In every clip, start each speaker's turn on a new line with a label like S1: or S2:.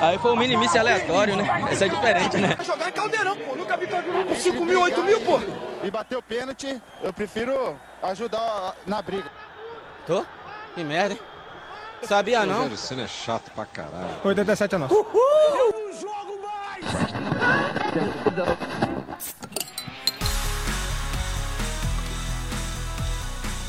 S1: Aí foi um mini míssil aleatório, né? Isso é diferente, né?
S2: Jogar em caldeirão, pô. Nunca vi caldeirão com 5 mil, 8 mil, pô.
S3: E bater o pênalti, eu prefiro ajudar na briga.
S1: Tô? Que merda, hein? Sabia não?
S4: Rogério Senna é chato pra caralho.
S5: 87 é nosso.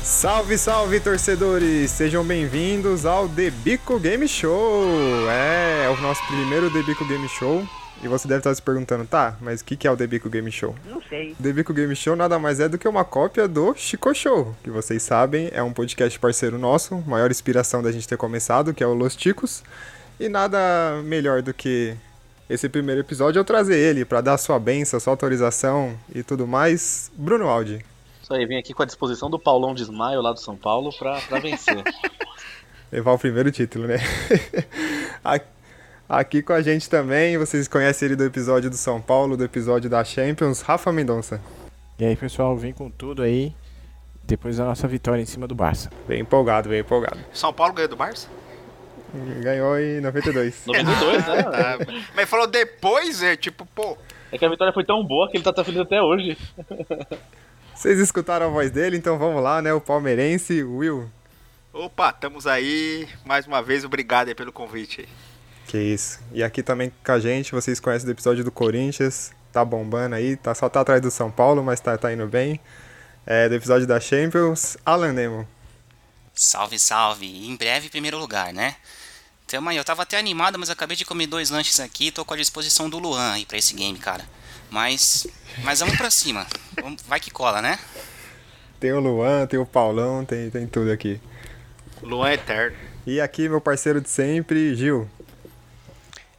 S5: Salve, salve, torcedores! Sejam bem-vindos ao Debico Game Show! É, é o nosso primeiro Debico Game Show. E você deve estar se perguntando, tá, mas o que, que é o Debico Game Show?
S6: Não sei.
S5: O Debico Game Show nada mais é do que uma cópia do Chico Show, que vocês sabem, é um podcast parceiro nosso, maior inspiração da gente ter começado, que é o Los Ticos. E nada melhor do que esse primeiro episódio eu trazer ele para dar sua benção, sua autorização e tudo mais. Bruno Aldi.
S7: Isso aí, vim aqui com a disposição do Paulão de Ismael lá do São Paulo pra, pra vencer.
S5: levar o primeiro título, né? A- Aqui com a gente também, vocês conhecem ele do episódio do São Paulo, do episódio da Champions, Rafa Mendonça.
S8: E aí, pessoal, vem com tudo aí. Depois da nossa vitória em cima do Barça.
S5: Bem empolgado, bem empolgado.
S9: São Paulo ganhou do Barça?
S5: Ganhou em 92.
S7: 92,
S2: É.
S7: né?
S9: Ah, mas falou depois, é tipo, pô,
S7: É que a vitória foi tão boa que ele tá tão feliz até hoje.
S5: Vocês escutaram a voz dele, então vamos lá, né? O palmeirense Will.
S9: opa, estamos aí. Mais uma vez, obrigado aí pelo convite. aí.
S5: Que isso. E aqui também com a gente, vocês conhecem do episódio do Corinthians, tá bombando aí, tá, só tá atrás do São Paulo, mas tá, tá indo bem. É, do episódio da Champions, Alan Nemo.
S10: Salve, salve. Em breve, primeiro lugar, né? Tamo aí. Eu tava até animado, mas acabei de comer dois lanches aqui. Tô com a disposição do Luan aí pra esse game, cara. Mas, mas vamos pra cima. Vamos- Vai que cola, né?
S5: Tem o Luan, tem o Paulão, tem, tem tudo aqui.
S9: Luan é Eterno.
S5: E aqui, meu parceiro de sempre, Gil.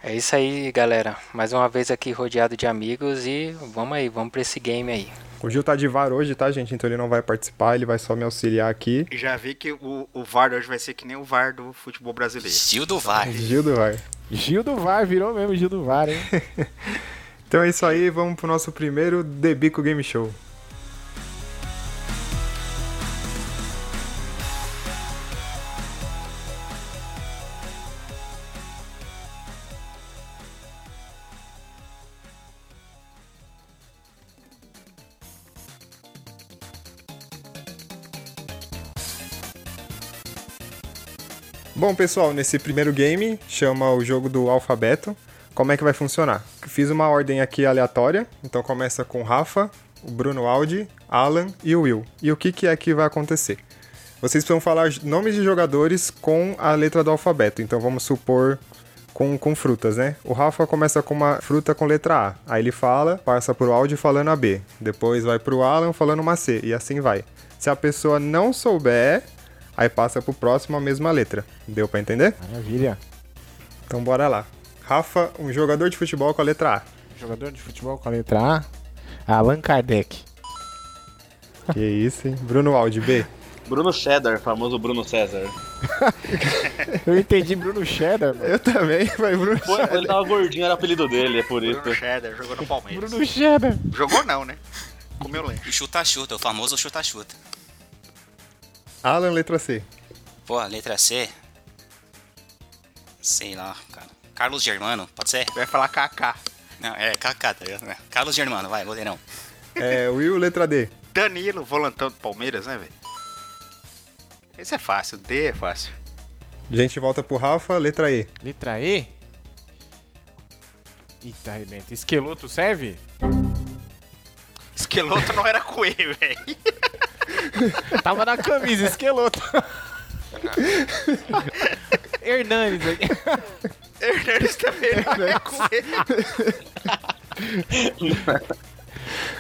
S6: É isso aí, galera. Mais uma vez aqui rodeado de amigos e vamos aí, vamos pra esse game aí.
S5: O Gil tá de VAR hoje, tá, gente? Então ele não vai participar, ele vai só me auxiliar aqui.
S9: E já vi que o, o VAR hoje vai ser que nem o VAR do futebol brasileiro.
S10: Estilo do VAR.
S5: Gil do VAR.
S8: Gil do VAR, virou mesmo Gil do VAR, hein?
S5: Então é isso aí, vamos pro nosso primeiro Debico Game Show. Bom, pessoal, nesse primeiro game chama o jogo do alfabeto. Como é que vai funcionar? Fiz uma ordem aqui aleatória, então começa com Rafa, o Bruno Aldi, Alan e o Will. E o que, que é que vai acontecer? Vocês precisam falar nomes de jogadores com a letra do alfabeto, então vamos supor com, com frutas, né? O Rafa começa com uma fruta com letra A, aí ele fala, passa pro Aldi falando a B, depois vai pro Alan falando uma C, e assim vai. Se a pessoa não souber, aí passa pro próximo a mesma letra. Deu pra entender?
S8: Maravilha.
S5: Então bora lá. Rafa, um jogador de futebol com a letra
S8: Jogador de futebol com a letra A. Allan Kardec.
S5: A. Que isso, hein? Bruno Aldi, B.
S7: Bruno Cheddar, famoso Bruno César.
S8: Eu entendi Bruno Cheddar, mano.
S5: Eu também, vai Bruno.
S7: Foi, foi, ele tava gordinho, era apelido dele, é por isso.
S9: Bruno Cheddar jogou no Palmeiras.
S8: Bruno Cheddar.
S9: Jogou não, né? Comeu lanche.
S10: E chuta-chuta, o famoso chuta-chuta.
S5: Alan, letra C.
S10: Pô, letra C. Sei lá, cara. Carlos Germano, pode ser?
S9: Vai falar Kaká.
S10: Não, é Kaká, tá ligado? né? Carlos Germano, vai, goleirão.
S5: É, Will, letra D.
S9: Danilo, volantão do Palmeiras, né, velho? Esse é fácil, D é fácil.
S5: A gente volta pro Rafa, letra E.
S8: Letra E. Eita, arrebenta. Esqueloto serve?
S9: Esqueloto não era com E, velho.
S8: Tava na camisa, esqueloto. Hernanes aqui.
S9: Hernandes também não era com E.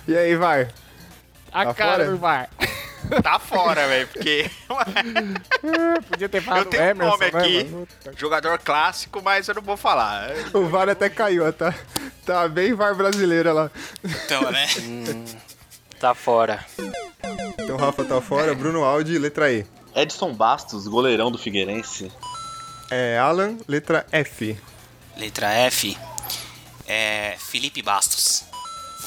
S5: E aí, vai.
S8: A
S5: Tá
S8: cara
S5: fora?
S8: do VAR.
S9: Tá fora, velho, porque. é
S8: Podia ter
S9: Eu
S8: falado
S9: tenho um
S8: Emerson,
S9: nome
S8: né,
S9: aqui,
S8: mano? Puta
S9: jogador clássico, mas eu não vou falar.
S5: O VAR até caiu, tá? Tá bem VAR brasileira lá.
S10: Então, né?
S6: Tá fora.
S5: Então, Rafa tá fora, Bruno Aldi, letra E.
S7: Edson Bastos, goleirão do Figueirense.
S5: É, Alan, letra F.
S10: Letra F. É. Felipe Bastos.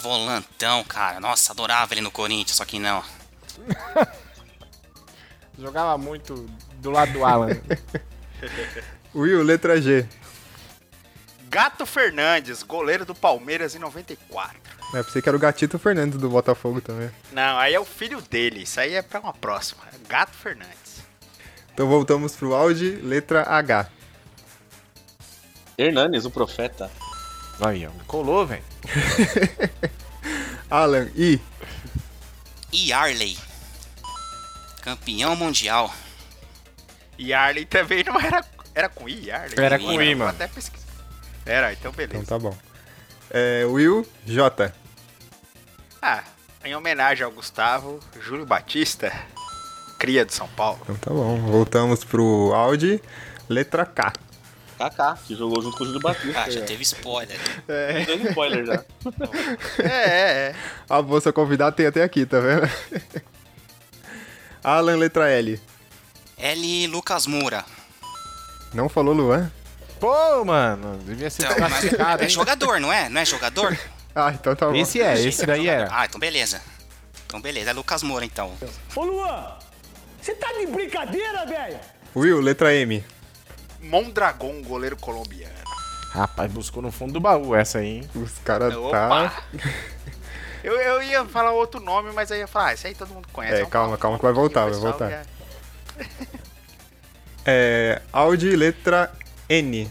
S10: Volantão, cara. Nossa, adorava ele no Corinthians, só que não.
S8: Jogava muito do lado do Alan.
S5: Will, letra G.
S9: Gato Fernandes, goleiro do Palmeiras em 94.
S5: É, pensei que era o Gatito Fernandes do Botafogo também.
S9: Não, aí é o filho dele. Isso aí é pra uma próxima. Gato Fernandes.
S5: Então voltamos pro Audi, letra H.
S7: Hernanes, o profeta.
S8: Aí, ó. Colou, velho.
S5: Alan, I.
S10: E Arley. Campeão mundial.
S9: Yarley também não era. Era com I, Yarley?
S8: Era
S9: Eu
S8: com
S9: vou
S8: I, mano.
S9: até pesquisar. Era, então beleza.
S5: Então tá bom. É, Will, J.
S9: Ah, em homenagem ao Gustavo, Júlio Batista, cria de São Paulo.
S5: Então tá bom. Voltamos pro Audi, letra K.
S7: Kaká, que jogou junto com o Júlio Batista.
S10: Ah, já
S7: já.
S10: teve spoiler.
S7: Dando spoiler já.
S9: É, é, é.
S5: A moça convidada tem até aqui, tá vendo? Alan, letra L.
S10: L. Lucas Moura.
S5: Não falou Luan?
S8: Pô, mano. Devia ser
S10: Então, mas
S8: classificado,
S10: é
S8: Tá hein?
S10: jogador, não é? Não é jogador?
S5: Ah, então tá bom.
S8: Esse é,
S10: Achei
S8: esse
S10: que era
S8: daí
S10: jogador.
S8: era.
S10: Ah, então beleza. Então beleza, é Lucas Moura então.
S2: Ô Luan, você tá de brincadeira, velho?
S5: Will, letra M.
S9: Mondragon, goleiro colombiano.
S8: Rapaz, buscou no fundo do baú essa aí, hein?
S5: Os caras
S8: É,
S9: Opa!
S5: tá.
S9: Eu, eu ia falar outro nome, mas aí eu ia falar, ah, esse aí todo mundo conhece.
S5: É,
S9: Vamos
S5: calma,
S9: falar
S5: calma que
S9: um
S5: vai voltar, vai
S9: pouquinho, o
S5: voltar.
S9: pessoal já-
S5: É, Audi, letra N.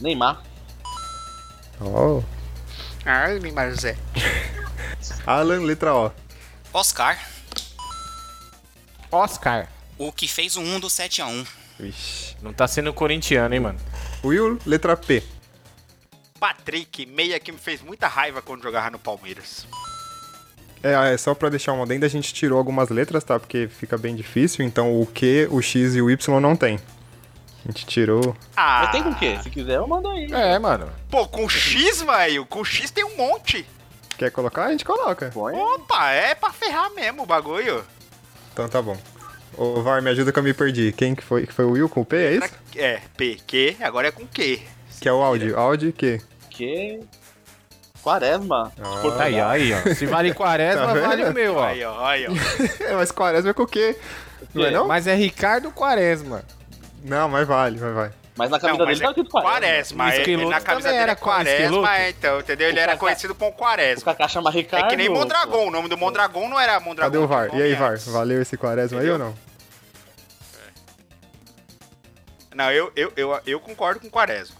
S7: Neymar.
S5: Oh.
S9: Ai, Neymar José.
S5: Alan, letra O.
S10: Oscar,
S8: Oscar.
S10: o que fez o 1 do 7x1.
S5: Vixe.
S8: Não tá sendo corintiano, hein, mano?
S5: Will, letra P.
S9: Patrick, meia que me fez muita raiva quando jogava no Palmeiras.
S5: É, é só pra deixar uma adenda, a gente tirou algumas letras, tá? Porque fica bem difícil. Então o Q, o X e o Y não tem. A gente tirou.
S9: Ah,
S7: Mas tem com o quê? Se quiser, eu mando aí.
S8: É, mano.
S9: Pô, com X, velho, com X tem um monte.
S5: Quer colocar? A gente coloca.
S7: Põe.
S9: Opa, é pra ferrar mesmo o bagulho.
S5: Então tá bom. Ô, Var, me ajuda que eu me perdi. Quem que foi? Que foi o Will com o P, é isso?
S9: É, P, Q, agora é com Q.
S5: Que é o Audi. Audi Q.
S7: Que... Quaresma.
S5: Ah.
S7: Portugal.
S8: Tá Aí, ó, aí, ó. Se vale quaresma,
S5: Tá vendo?
S8: vale o meu, ó.
S9: Aí, ó, aí, ó.
S5: É, mas Quaresma é com o Q. Não é não?
S8: Mas é Ricardo Quaresma.
S5: Não, mas vale, vai, vai.
S7: Mas na camisa
S9: Não,
S7: dele
S9: mas
S7: tá
S9: é
S7: escrito
S9: Quaresma.
S8: O
S9: é- é,
S8: esquiloto
S9: na camisa
S8: também
S9: dele
S8: era
S9: é Quaresma,
S8: esquiloto.
S9: é, então, entendeu? Ele
S7: O
S9: era
S7: Kaká-
S9: conhecido como
S7: O
S9: Quaresma.
S7: Kaká chama Ricardo.
S9: É que nem
S7: pô.
S9: Mondragon, o nome do Mondragon não era Mondragon.
S5: Cadê o
S9: tinha
S5: VAR?
S9: um
S5: E aí,
S9: nome
S5: VAR?
S9: antes.
S5: Valeu esse Quaresma aí ou não?
S9: Não, eu, eu, eu, eu concordo com Quaresma.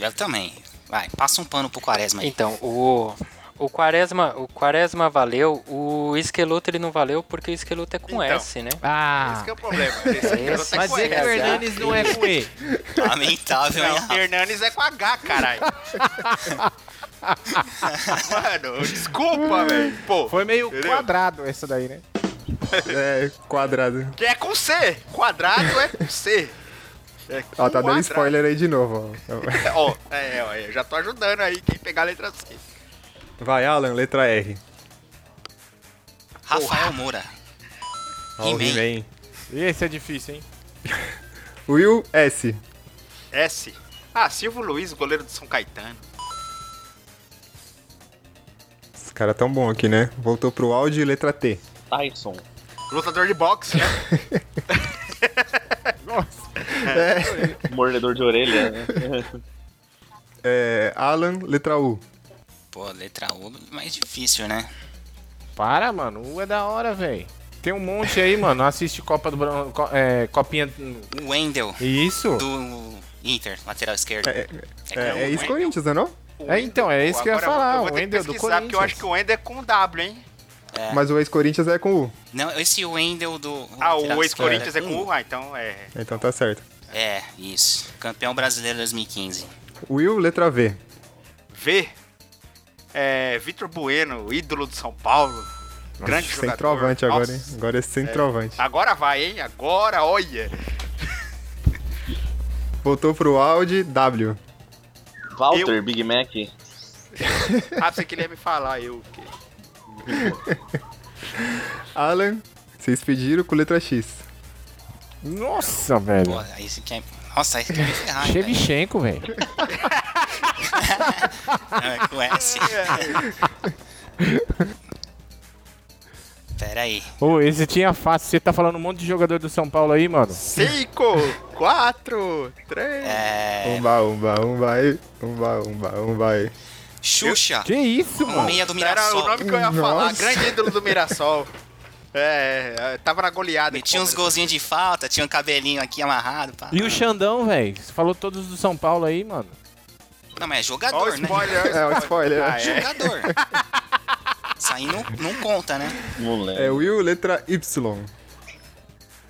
S10: Eu também. Vai, passa um pano pro Quaresma aí.
S6: Então, o, o Quaresma, o Quaresma valeu, o Esqueloto ele não valeu porque o Esqueloto é com
S9: Então.
S6: S, né?
S8: Ah.
S9: Esse que é o problema. Esse aqui
S6: Esse-
S9: não
S6: mas
S9: tem
S6: é que o
S9: Hernandes.
S6: Hernandes não
S8: é com E.
S10: Lamentável, hein?
S9: Não,
S10: Rafa?
S9: Hernandes é com H, caralho. Mano, desculpa, velho. Pô,
S8: Foi meio
S9: Entendeu?
S8: quadrado essa daí, né?
S5: É, quadrado.
S9: que é com C. Quadrado é com C. É com
S5: Ó, tá dando
S9: quadrado.
S5: spoiler aí de novo, ó.
S9: Ó, é, ó, eu já tô ajudando aí quem pegar a letra C.
S5: Vai, Alan, letra R.
S10: Rafael Moura.
S5: Ó, o
S10: He-Man.
S5: He-Man.
S8: Esse é difícil, hein?
S5: Will, S.
S9: S. Ah, Silvio Luiz, goleiro do São Caetano.
S5: Esse cara é tão bom aqui, né? Voltou pro Audi, letra T.
S7: Tyson.
S9: Lutador de boxe, né?
S8: É,
S7: Mordedor de orelha. né?
S5: É, Alan, letra U.
S10: Pô, letra U, mais difícil, né?
S8: Para, mano. O é da hora, velho. Tem um monte aí, mano. Assiste Copa do Bran... Co- é, Copinha...
S10: O Wendel,
S8: Isso.
S10: do Inter, lateral esquerdo.
S5: É,
S10: que
S5: é, é
S10: o
S5: isso
S10: Wendel-
S5: Corinthians, não é não?
S9: O
S8: É, então, é
S9: Wendel,
S8: isso
S9: pô,
S8: que eu ia
S9: agora
S8: falar,
S9: vou-
S8: o
S9: vou ter que
S8: Wendel é do
S9: pesquisar, porque eu acho que o Wendel é com W, hein?
S10: É.
S5: Mas o ex-Corinthians é com U.
S10: Não, esse Wendel do.
S9: Ah, o
S10: lateral
S9: ex-Corinthians é
S10: esquerdo
S9: com U, ah, então é...
S5: Então tá certo.
S10: É, isso. Campeão brasileiro 2015.
S5: Will, letra V.
S9: V. É, Vitor Bueno, ídolo do São Paulo. grande jogador.
S5: Centroavante agora, hein?
S9: Nossa,
S5: Agora é centroavante.
S9: Agora vai, hein? Agora, olha.
S5: Voltou pro Audi, W.
S7: Walter, Big Mac.
S9: Ah, você queria me falar, eu. o quê?
S5: Alan, vocês pediram com letra X.
S8: Nossa, velho.
S10: Pô, aí você quer. Nossa, aí você quer me ferrar, hein, velho?
S8: Shevchenko, velho.
S10: Não, é com S. Pera aí.
S8: Ô, esse tinha fácil. Você tá falando um monte de jogador do São Paulo aí, mano.
S9: 5, 4, 3.
S10: É.
S5: Umba, umba, umba aí. Umba, umba, umba aí.
S10: Xuxa.
S8: Que isso,
S10: Um
S8: mano?
S10: meia do
S9: Era o
S10: Mirassol.
S9: nome é que eu ia falar.
S5: Nossa.
S9: Grande ídolo do Mirassol. É, é, tava na goleada.
S10: Metia uns golzinhos de falta, tinha um cabelinho aqui amarrado. Pá.
S8: E o Xandão, velho? Você falou todos do São Paulo aí, mano.
S10: Não, mas é
S9: Olha
S10: jogador,
S9: o
S10: né?
S9: spoiler.
S5: É, um spoiler. né?
S9: Ah, é.
S10: Jogador. Isso aí não, não conta, né?
S7: Moleque.
S5: É Will, letra Y.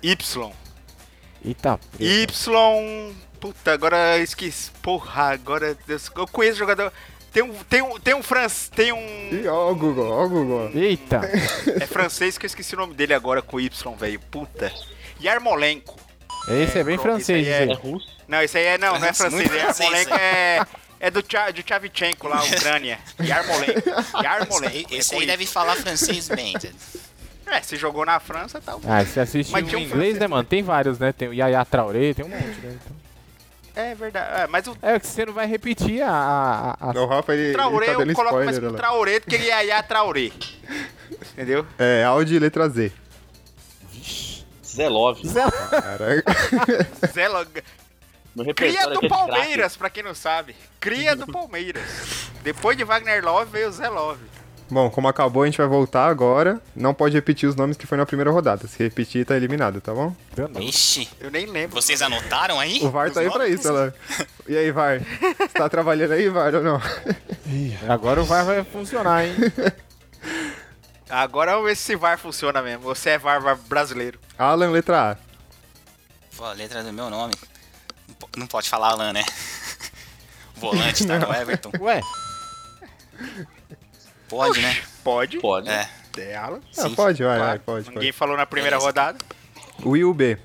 S9: Y.
S8: Eita, preta.
S9: Y. Puta, agora eu esqueci. Porra, agora eu, eu conheço jogador. Tem um. Tem um. Tem um francês. Tem um.
S5: Ih, ó o Google, ó o Google.
S8: Eita.
S9: É francês que eu esqueci o nome dele agora com Y, velho. Puta. Yarmolenko.
S8: Esse é bem
S9: Esse
S8: francês,
S9: aí é-
S8: velho.
S9: Não, isso aí é. Não, não é
S10: Nossa,
S9: francês.
S10: muito francês, né?
S9: Yarmolenko é. É do, Tcha, do Tchavchenko lá, Ucrânia. Yarmolenko.
S10: E-
S9: Yarmolenko. É
S10: Esse
S9: com
S10: aí
S9: Y.
S10: deve falar francês bem. entendeu?
S9: É, se jogou na França, tá tal.
S8: Ah, você assiste
S9: Mas
S8: um
S9: tinha um
S8: em inglês, né, mano? Tem vários, né? Tem o Yaya Traoré, tem um monte, né? Então-
S5: Ah.
S9: É verdade. É, mas o
S8: É que você não vai repetir a... a, a- a-
S5: O Rafa, ele, ele tá
S9: Traoré,
S5: dando
S9: eu coloco mais
S5: spoiler. olha
S9: com
S5: lá.
S9: Traoré do que Yaya Traoré. Entendeu?
S5: É, Audi, letra Z.
S7: Zé Love.
S5: Caraca.
S9: Zé Lang-
S7: Meu
S9: Cria
S7: repertório aqui
S9: do
S7: é de craque.
S9: Palmeiras, pra quem não sabe. Cria do Palmeiras. Depois de Wagner Love veio o Zé Love.
S5: Bom, como acabou, a gente vai voltar agora. Não pode repetir os nomes que foi na primeira rodada. Se repetir, tá eliminado, tá bom?
S10: Ixi.
S9: Eu nem lembro.
S10: Vocês anotaram aí?
S5: O VAR tá aí pra isso, ela. E aí, VAR? Você tá trabalhando aí, VAR, ou não?
S8: Agora o VAR vai funcionar, hein?
S9: Agora vamos ver se esse VAR funciona mesmo. Você é VAR, VAR brasileiro.
S5: Alan, letra A. Ah,
S10: Pô, a letra do meu nome. Não po- Não pode falar Alan, né? Volante tá no Everton.
S8: Ué,
S10: Pode, né?
S9: Pode.
S7: Pode.
S10: É.
S9: É, Alan.
S5: Ah,
S10: Sim.
S5: pode, vai, vai,
S9: Claro.
S5: pode,
S9: Ninguém
S5: pode.
S9: falou na primeira
S10: Beleza.
S9: rodada.
S5: Will B.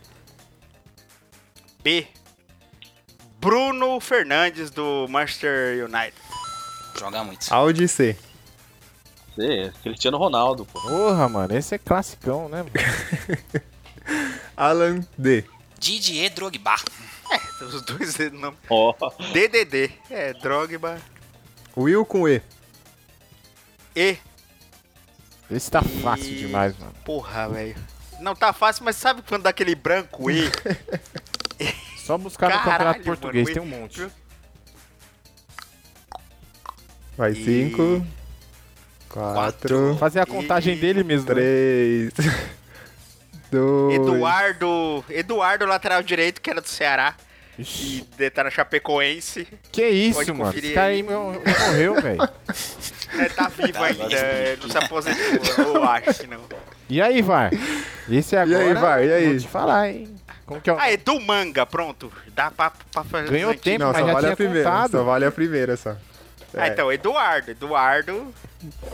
S9: B. Bruno Fernandes do Manchester United.
S10: Joga muito.
S5: Audi C.
S7: É, Cristiano Ronaldo, pô.
S8: porra, mano. Esse é classicão, né? mano?
S5: Alan D.
S10: Didier Drogba.
S9: Os dois nomes.
S7: Ó,
S9: DDD. É, Drogba.
S5: Will com E.
S9: E.
S8: Esse tá fácil demais, mano.
S9: Porra, velho. Não tá fácil, mas sabe quando dá aquele branco E?
S8: Só buscar no
S9: Caralho,
S8: campeonato
S9: mano,
S8: português,
S9: o-
S8: tem um monte.
S5: Vai
S9: E-
S5: 5, 4,
S8: Fazer a contagem
S9: E-
S8: dele mesmo. né?
S5: 3, 2.
S9: Eduardo. Eduardo, lateral direito, que era do Ceará.
S8: Ixi,
S9: E de- tá na Chapecoense.
S8: Que
S9: Pode
S8: isso, mano.
S9: conferir
S8: Esse cara
S9: aí.
S8: aí meu- morreu, velho.
S9: É, tá vivo
S10: Tá
S9: ainda.
S10: vivo.
S9: é, Não se aposentou, eu acho que não.
S8: E aí, vai? Esse
S5: E
S8: agora...
S5: aí, VAR? E
S8: Vou
S5: aí?
S8: te falar, hein? Como que é o...
S9: Ah, Edu Manga, pronto. Dá pra, pra fazer.
S8: Ganhou
S9: antigo.
S8: tempo,
S5: Não,
S8: mas
S5: só
S8: já
S5: vale a
S8: tinha
S5: primeira.
S8: contado.
S5: Só vale a primeira só.
S9: Ah, então, Eduardo. Eduardo.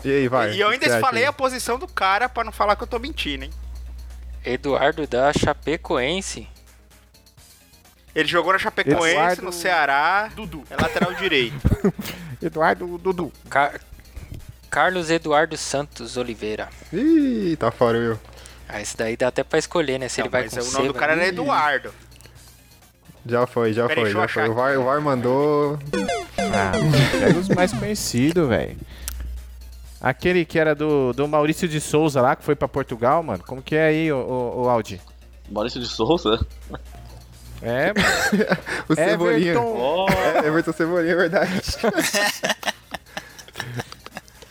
S5: É. E aí, É. vai.
S9: E eu ainda
S5: Você acha
S9: falei
S5: aí?
S9: a posição do cara pra não falar que eu tô mentindo, hein?
S6: Eduardo da Chapecoense.
S9: Ele jogou na Chapecoense,
S8: Eduardo-
S9: no Ceará. Dudu. É lateral direito.
S8: Eduardo Dudu.
S6: Car- Carlos Eduardo Santos Oliveira.
S5: Ih, tá fora, Will.
S6: Ah, esse daí dá até pra escolher, né? Se
S9: Não,
S6: ele vai
S9: Então, mas é
S6: com
S9: o
S6: C, né?
S9: nome do
S6: vai-
S9: cara né, era Eduardo.
S5: Já foi, já
S9: Peraí,
S5: foi,
S9: deixa eu
S5: já
S9: achar
S5: foi. O VAR, o VAR mandou.
S8: Ah, é dos mais conhecidos, velho. Aquele que era do, do Maurício de Souza lá, que foi pra Portugal, mano. Como que é aí, o, o, Aldi?
S7: Maurício de Souza.
S8: É, mano.
S5: O Cebolinha.
S8: Everton.
S7: Ó,
S5: É, Everton Cebolinha, é verdade.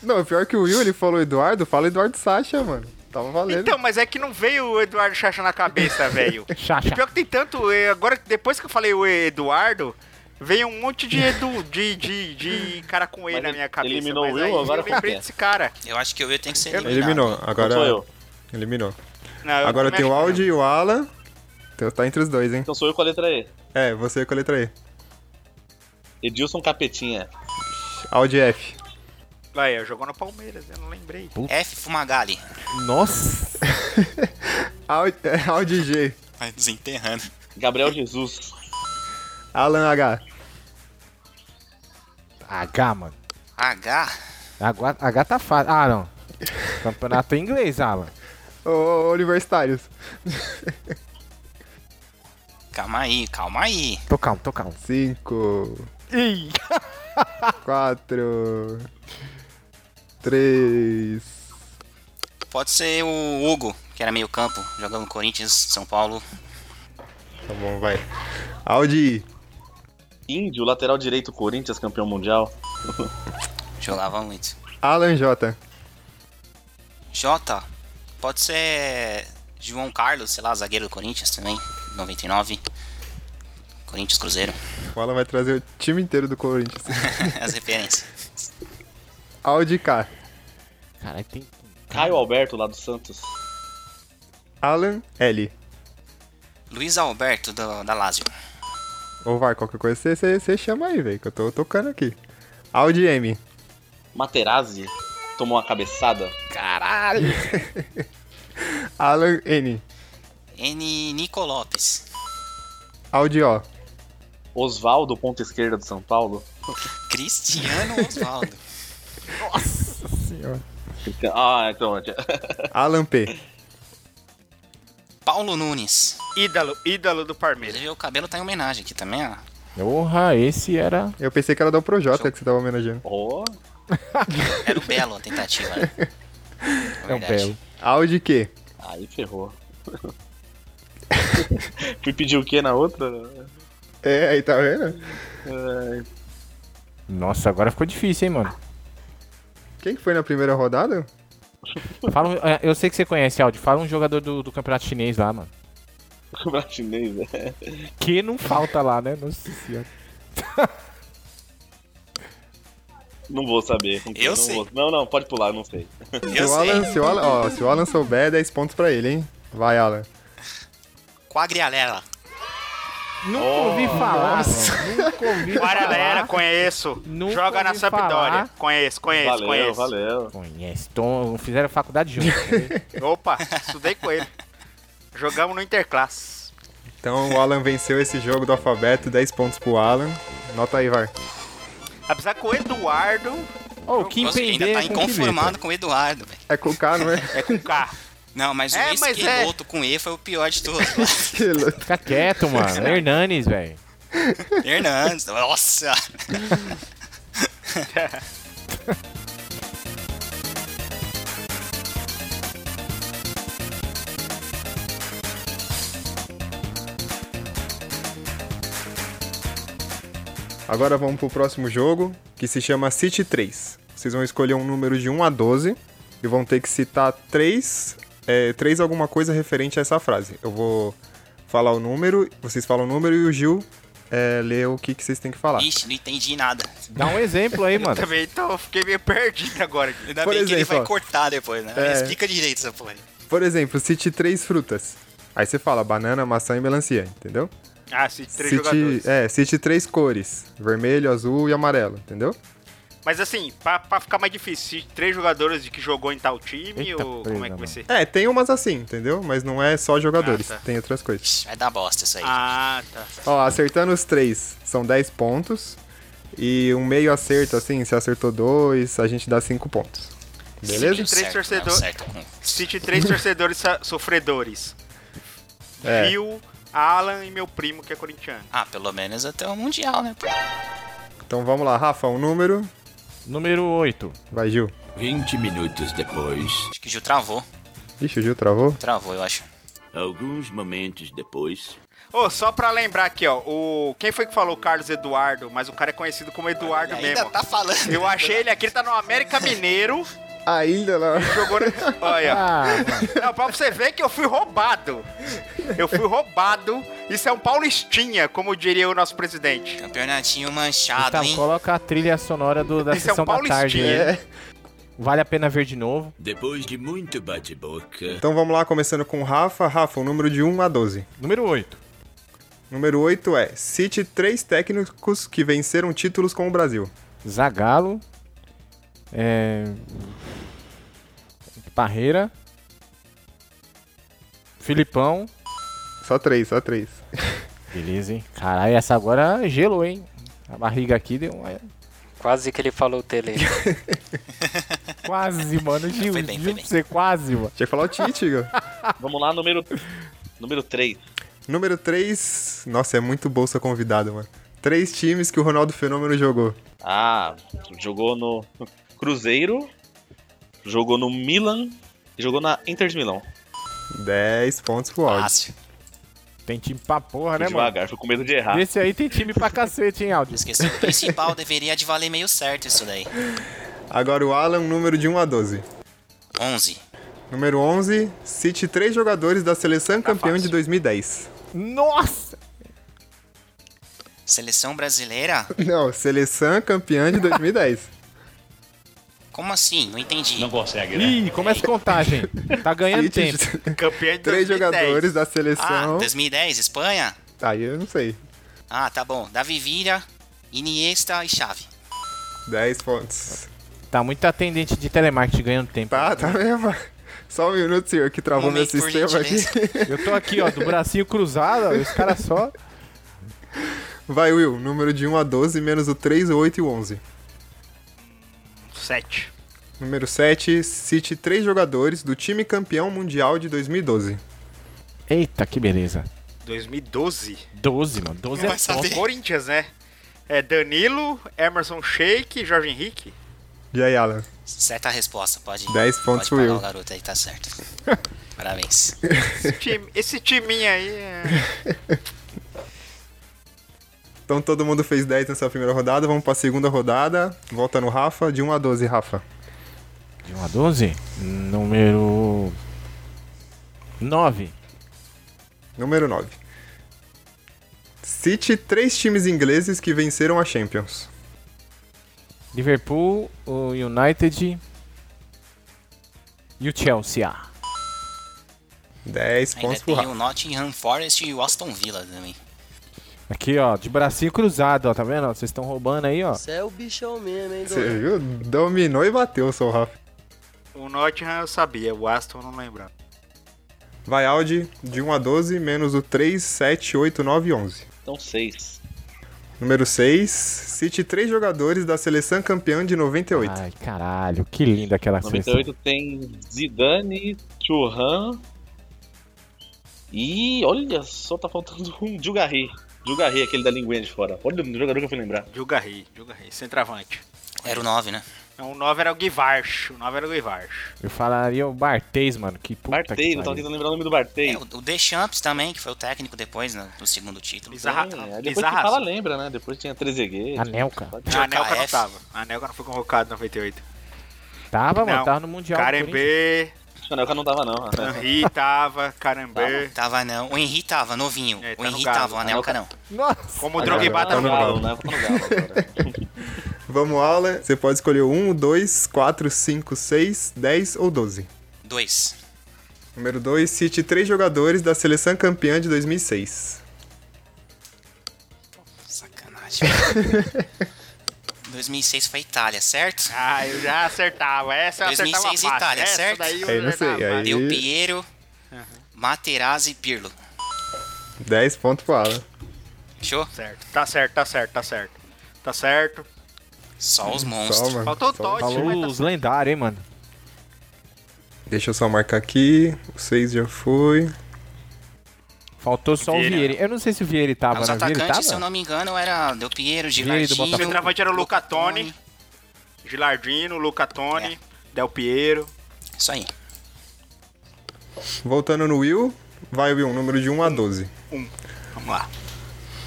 S5: Não, pior é que o Will, ele falou Eduardo, fala Eduardo Sacha, mano. Tava valendo.
S9: Então, mas é que não veio o Eduardo Chacha na cabeça, velho.
S7: Tá.
S9: E
S8: Chacha.
S9: pior que tem tanto. eh, Agora, depois que eu falei o Eduardo, veio um monte de Edu, de, de, de cara com E
S7: Mas
S9: na
S7: ele
S9: minha cabeça.
S7: eliminou
S9: mas
S7: o Will,
S9: aí
S7: agora
S9: eu lembrei
S7: acontece.
S9: desse cara.
S10: Eu acho que o eu tenho que ser eliminado.
S5: eliminou,
S7: não
S5: agora.
S7: sou eu.
S5: Eliminou.
S9: Não, eu
S5: Agora
S9: também
S5: tem o
S9: acho que
S5: Audi e o Alan. Então tá entre os dois, hein?
S7: Então sou eu com a letra E.
S5: É, você com a letra E.
S7: Edilson Capetinha.
S5: Audi F.
S9: não. Vai, eu jogou no Palmeiras, eu não lembrei.
S10: F Fumagalli.
S8: Nossa.
S5: Audi, é, Audi G.
S10: Vai Desenterrando.
S7: Gabriel Jesus.
S5: Alan H.
S8: H, mano.
S10: H.
S8: H, H tá fácil. Ah, não. Campeonato em inglês, ah, Alan.
S5: Ô, ô, universitários.
S10: Calma aí, calma aí.
S8: Tô calmo, tô calmo.
S5: 5, 4, 3,
S10: Pode ser o Hugo, que era meio campo, jogando no Corinthians, São Paulo.
S5: Tá bom, vai. Aldi,
S7: Índio, lateral direito Corinthians, campeão mundial.
S10: Jogava muito.
S5: Alan J.
S10: Jota, pode ser João Carlos, sei lá, zagueiro do Corinthians também, 99. Corinthians Cruzeiro,
S5: O Alan vai trazer o time inteiro do Corinthians.
S10: as referências.
S5: Aldi K.
S8: Caralho, tem.
S7: Caio Alberto, lá do Santos.
S5: Alan L.
S10: Luiz Alberto, do, da Lazio.
S5: Ou vai, qualquer coisa você- você você chama aí, velho, que eu tô tocando aqui. Aldi M.
S7: Materazzi tomou uma cabeçada.
S5: Alan N.
S10: N. Nico Lopes.
S5: Aldi O.
S7: Osvaldo, ponta esquerda do São Paulo.
S10: Cristiano Osvaldo.
S7: Ah, então. é que-
S5: Alan P.
S10: Paulo Nunes.
S9: Ídalo, ídalo do Parmeira.
S10: Inclusive, o cabelo tá em homenagem aqui também, ó.
S8: Porra, esse era.
S5: Eu pensei que era do Projota que você tava homenageando.
S7: Oh,
S10: Era o Belo a tentativa, né?
S8: É um belo.
S5: Aldi Q.
S7: aí ferrou. Fui pedir o que na outra?
S5: É, aí tá vendo?
S8: Nossa, agora ficou difícil, hein, mano.
S5: Quem que foi na primeira rodada?
S8: Fala, um- é, eu sei que você conhece, Aldi. Fala um jogador do, do campeonato chinês lá, mano.
S7: O Bratinês, né?
S8: Que não falta lá, né? Nossa senhora.
S7: Não vou saber. Não,
S10: Eu
S7: não
S10: sei.
S7: vou- Não, não, pode pular, não sei.
S5: se,
S10: Eu
S5: o Alan,
S10: sei.
S5: se, o Alan, ó, se o Alan souber, 10 pontos pra ele, hein? Vai, Alan.
S10: Quadrialela.
S8: Nunca ouvi falar. Oh, mano. Nunca ouvi
S9: Guaralera,
S8: falar.
S9: conheço.
S8: Nunca
S9: Joga na
S8: ouvi
S9: Sampdoria.
S8: falar.
S9: Conheço, conheço,
S7: valeu,
S9: conheço.
S7: valeu.
S8: Conhece. Tom, fizeram faculdade junto. entendeu?
S9: Opa, estudei com ele. Jogamos no Interclass.
S5: Então o Alan venceu esse jogo do alfabeto, 10 pontos pro Alan. Nota aí, vai.
S9: Apesar que o Eduardo
S8: Ô, o Kim
S10: Nossa, ele ainda
S8: Pender
S10: tá
S8: é com que letra?
S10: inconformado com o Eduardo, velho.
S5: É com o K, não é?
S9: é com K.
S10: Não, mas
S9: É,
S10: o
S9: mas é.
S10: esqueloto com E foi o pior de todos.
S8: Fica quieto, mano. Hernanes, velho.
S10: Hernandes, nossa.
S5: Agora vamos pro próximo jogo, que se chama City 3. Vocês vão escolher um número de 1 a 12 e vão ter que citar três, é, três alguma coisa referente a essa frase. Eu vou falar o número, vocês falam o número e o Gil é, lê o que, que vocês têm que falar.
S10: Ixi, não entendi nada.
S8: Dá um exemplo aí, mano.
S9: Também, então eu fiquei meio perdido agora. aqui.
S10: Ainda
S5: Por
S10: bem que ele
S5: exemplo,
S10: vai
S5: ó.
S10: cortar depois, né?
S5: É.
S10: Explica direito essa porra. aí.
S5: Por exemplo, cite três frutas. Aí você fala banana, maçã e melancia, entendeu?
S9: Ah, cite três
S5: cite,
S9: jogadores.
S5: É, cite três cores: vermelho, azul e amarelo, entendeu?
S9: Mas assim, pra, pra ficar mais difícil, cite três jogadores de que jogou em tal time
S8: Eita
S9: ou como
S8: presa,
S9: é que vai
S8: mano.
S9: ser?
S5: É, tem umas assim, entendeu? Mas não é só jogadores,
S9: Ah, tá.
S5: tem outras coisas.
S10: Ixi, Vai dar bosta isso aí.
S9: Ah, tá.
S5: Ó, acertando os três, são 10 pontos. E um meio acerto, assim, se acertou dois, a gente dá 5 pontos. Beleza?
S10: Deu
S9: Três
S10: certo,
S9: torcedor-
S10: deu certo com-
S9: Cite três torcedores sa- sofredores.
S5: É.
S9: Gil, Alan e meu primo que é corintiano.
S10: Ah, pelo menos até o Mundial, né? pô?
S5: Então vamos lá, Rafa, um número.
S8: Número 8.
S5: Vai, Gil.
S11: 20 minutos depois,
S10: Acho que o Gil travou.
S5: Ixi, o Gil travou.
S10: Travou, eu acho.
S11: alguns momentos depois.
S9: Ô, só pra lembrar aqui, ó, o... quem foi que falou Carlos Eduardo? Mas o cara é conhecido como Eduardo
S10: Ainda
S9: mesmo.
S10: tá falando.
S9: Eu achei ele aqui, ele tá no América Mineiro,
S5: Ainda lá.
S9: jogou no... Olha,
S8: Ah,
S9: não, pra você ver que eu fui roubado. Eu fui roubado. Isso é um paulistinha, como diria o nosso presidente.
S10: Campeonatinho manchado,
S5: tá
S8: então
S10: hein?
S8: coloca a trilha sonora do, da
S9: Esse é um
S8: sessão da tarde. né?
S9: paulistinha.
S10: né?
S8: aí. Vale a pena ver de novo.
S11: Depois de muito bate-boca,
S5: Então vamos lá, começando com o Rafa. Rafa, um número de 1 a 12.
S8: Número 8.
S5: Número 8 é: cite três técnicos que venceram títulos com o Brasil.
S8: Zagalo. É... Parreira. Filipão.
S5: Só três, só três.
S8: Beleza, hein? Caralho, essa agora gelou, hein? A barriga aqui deu uma...
S6: Quase que ele falou o Tele.
S8: Quase, mano. um, Gil,
S10: Foi bem, foi
S8: Gil,
S10: bem.
S8: você quase, mano.
S5: Tinha que falar o Tite, Gil.
S7: Vamos lá, número. Número 3.
S5: Número 3. Nossa, é muito bolsa convidado, mano. Três times que o Ronaldo Fenômeno jogou.
S7: Ah, jogou no Cruzeiro, jogou no Milan E jogou na Inter de Milão.
S5: 10 pontos pro Aldi.
S8: Fácil. Tem time pra porra,
S7: Fui
S8: né, mano?
S7: devagar, fui com medo de errar.
S8: Esse aí tem time pra cacete, hein, Aldi?
S10: Esqueci. O principal deveria de valer meio certo isso daí.
S5: Agora o Alan, número de 1 a 12.
S10: 11.
S5: Número 11, cite três jogadores da seleção
S8: Tá
S5: campeã de 2010.
S8: Nossa!
S10: Seleção brasileira?
S5: Não, seleção campeã de 2010.
S10: Como assim? Não entendi. Não né?
S7: consegue,
S8: Ih, começa a contagem. Tá ganhando
S5: Cite
S8: tempo.
S10: Campeão de
S5: três
S10: 2010.
S5: jogadores da seleção.
S10: Ah, 2010, Espanha?
S5: Aí eu não sei.
S10: Ah, tá bom. Davi Villa, Iniesta e Xavi.
S5: 10 pontos.
S8: Tá muito atendente de telemarketing ganhando tempo.
S5: Tá, tá mesmo. Só um minuto, senhor, que travou meu
S8: Momento, por
S5: sistema aqui.
S8: gentileza. Eu tô aqui, ó, do bracinho cruzado, ó, os caras só.
S5: Vai, Will, número de 1 a 12, menos o 3, o 8 e o 11.
S9: 7.
S5: Número 7, cite três jogadores do time campeão mundial de 2012.
S8: Eita, que beleza.
S9: 2012.
S8: 12, mano. 12 é
S9: O Corinthians, né? É Danilo, Emerson Sheik, Jorge Henrique.
S5: E aí, Alan?
S10: Certa resposta, pode ir.
S5: 10 pontos pro
S10: pode pagar
S5: Will.
S10: o garoto aí, tá certo. Parabéns.
S9: Esse, time, esse timinho aí é...
S5: Então todo mundo fez 10 nessa primeira rodada, vamos pra segunda rodada. Volta no Rafa, de 1 a 12, Rafa.
S8: De 1 a 12? Número. 9.
S5: Número 9. Cite três times ingleses que venceram a Champions.
S8: Liverpool, o United e o Chelsea.
S5: 10
S10: Ainda tem um. o Nottingham Forest e o Aston Villa também.
S8: Aqui, ó, de bracinho cruzado, ó, tá vendo? Ó, Vocês estão roubando aí, ó.
S12: Você é o bichão mesmo, hein,
S3: é.
S5: Você
S12: Dom?
S5: viu? Dominou e bateu, seu Rafa.
S9: O Nottingham eu sabia, o Aston eu não lembrava.
S5: Vai, Audi, de 1 a 12, menos o 3, 7, 8, 9 e 11.
S7: Então, 6.
S5: Número 6. Cite três jogadores da seleção campeã de 98.
S8: Ai, caralho, que linda aquela seleção.
S7: 98 tem Zidane, Churran. E olha só, tá faltando um Jugarri. Jugarri, aquele da linguinha de fora. Olha o jogador que eu fui lembrar.
S9: Jugarri, Jugarri, centroavante.
S10: Era o 9, né?
S9: Não, o 9 era o Guivarch, o 9 era o Guivarch.
S8: Eu falaria o Bartês, mano. Que puta que pariu.
S7: lembrar o nome do Bartei.
S10: É, o, o Deschamps também, que foi o técnico depois, né, do segundo título.
S9: Bizarra-
S7: É, depois que fala, lembra, né? Depois tinha
S8: Ah,
S7: Trezeguet.
S8: Anelka.
S9: A Ah, Anelka não tava. A Anelka não foi convocado em 98.
S8: Tava, mano,
S9: Não. é
S8: tava no
S5: é
S8: Mundial. do Corinthians.
S9: Carembê.
S7: A Anelka não tava, não.
S9: Henri tava, Carambê.
S10: Tava não. O Henri tava, novinho.
S9: É, tá
S10: o Henri
S9: no Galo.
S10: tava, o Anelka não.
S8: Nossa.
S9: Como o
S5: Agora
S9: Drogba
S5: tá
S9: tá
S5: no
S9: no Galo.
S7: né?
S5: Galo,
S9: agora.
S5: Vamos, Alan. Você pode escolher 1, 2, 4, 5, 6, 10 ou 12.
S10: 2.
S5: Número 2. Cite três jogadores da seleção campeã de 2006.
S10: Sacanagem. 2006 foi Itália, certo?
S9: Ah, eu já acertava. Essa eu
S10: 2006
S9: acertava fácil.
S10: Itália,
S9: Essa
S10: certo?
S9: daí eu
S5: Aí É, não sei, aí-
S10: Del Piero, Materazzi e Pirlo.
S5: 10 pontos pro Alan.
S10: Show?
S9: Certo. Tá certo, tá certo, tá certo. Tá certo.
S10: Só os
S5: monstros. mano,
S9: Faltou o
S5: só-
S9: Totti,
S8: Falou
S9: mas tá
S8: os lendários, hein, mano.
S5: Deixa eu só marcar aqui. O 6 já foi.
S8: Faltou só
S5: Vieira.
S8: o Vieira. Eu não sei se o Vieira tava,
S10: Os
S8: né? O Vieira
S10: atacantes, se eu
S8: tava?
S10: não me engano, era Del
S8: Vieira
S10: Piero,
S8: do
S10: Gilardino.
S8: Botafogo.
S9: Centroavante era o Luca Toni, Gilardino, Luca Toni, Del Piero.
S10: Isso aí.
S5: Voltando no Will. Vai, Will. Número de 1 a 12.
S9: Um. Vamos lá.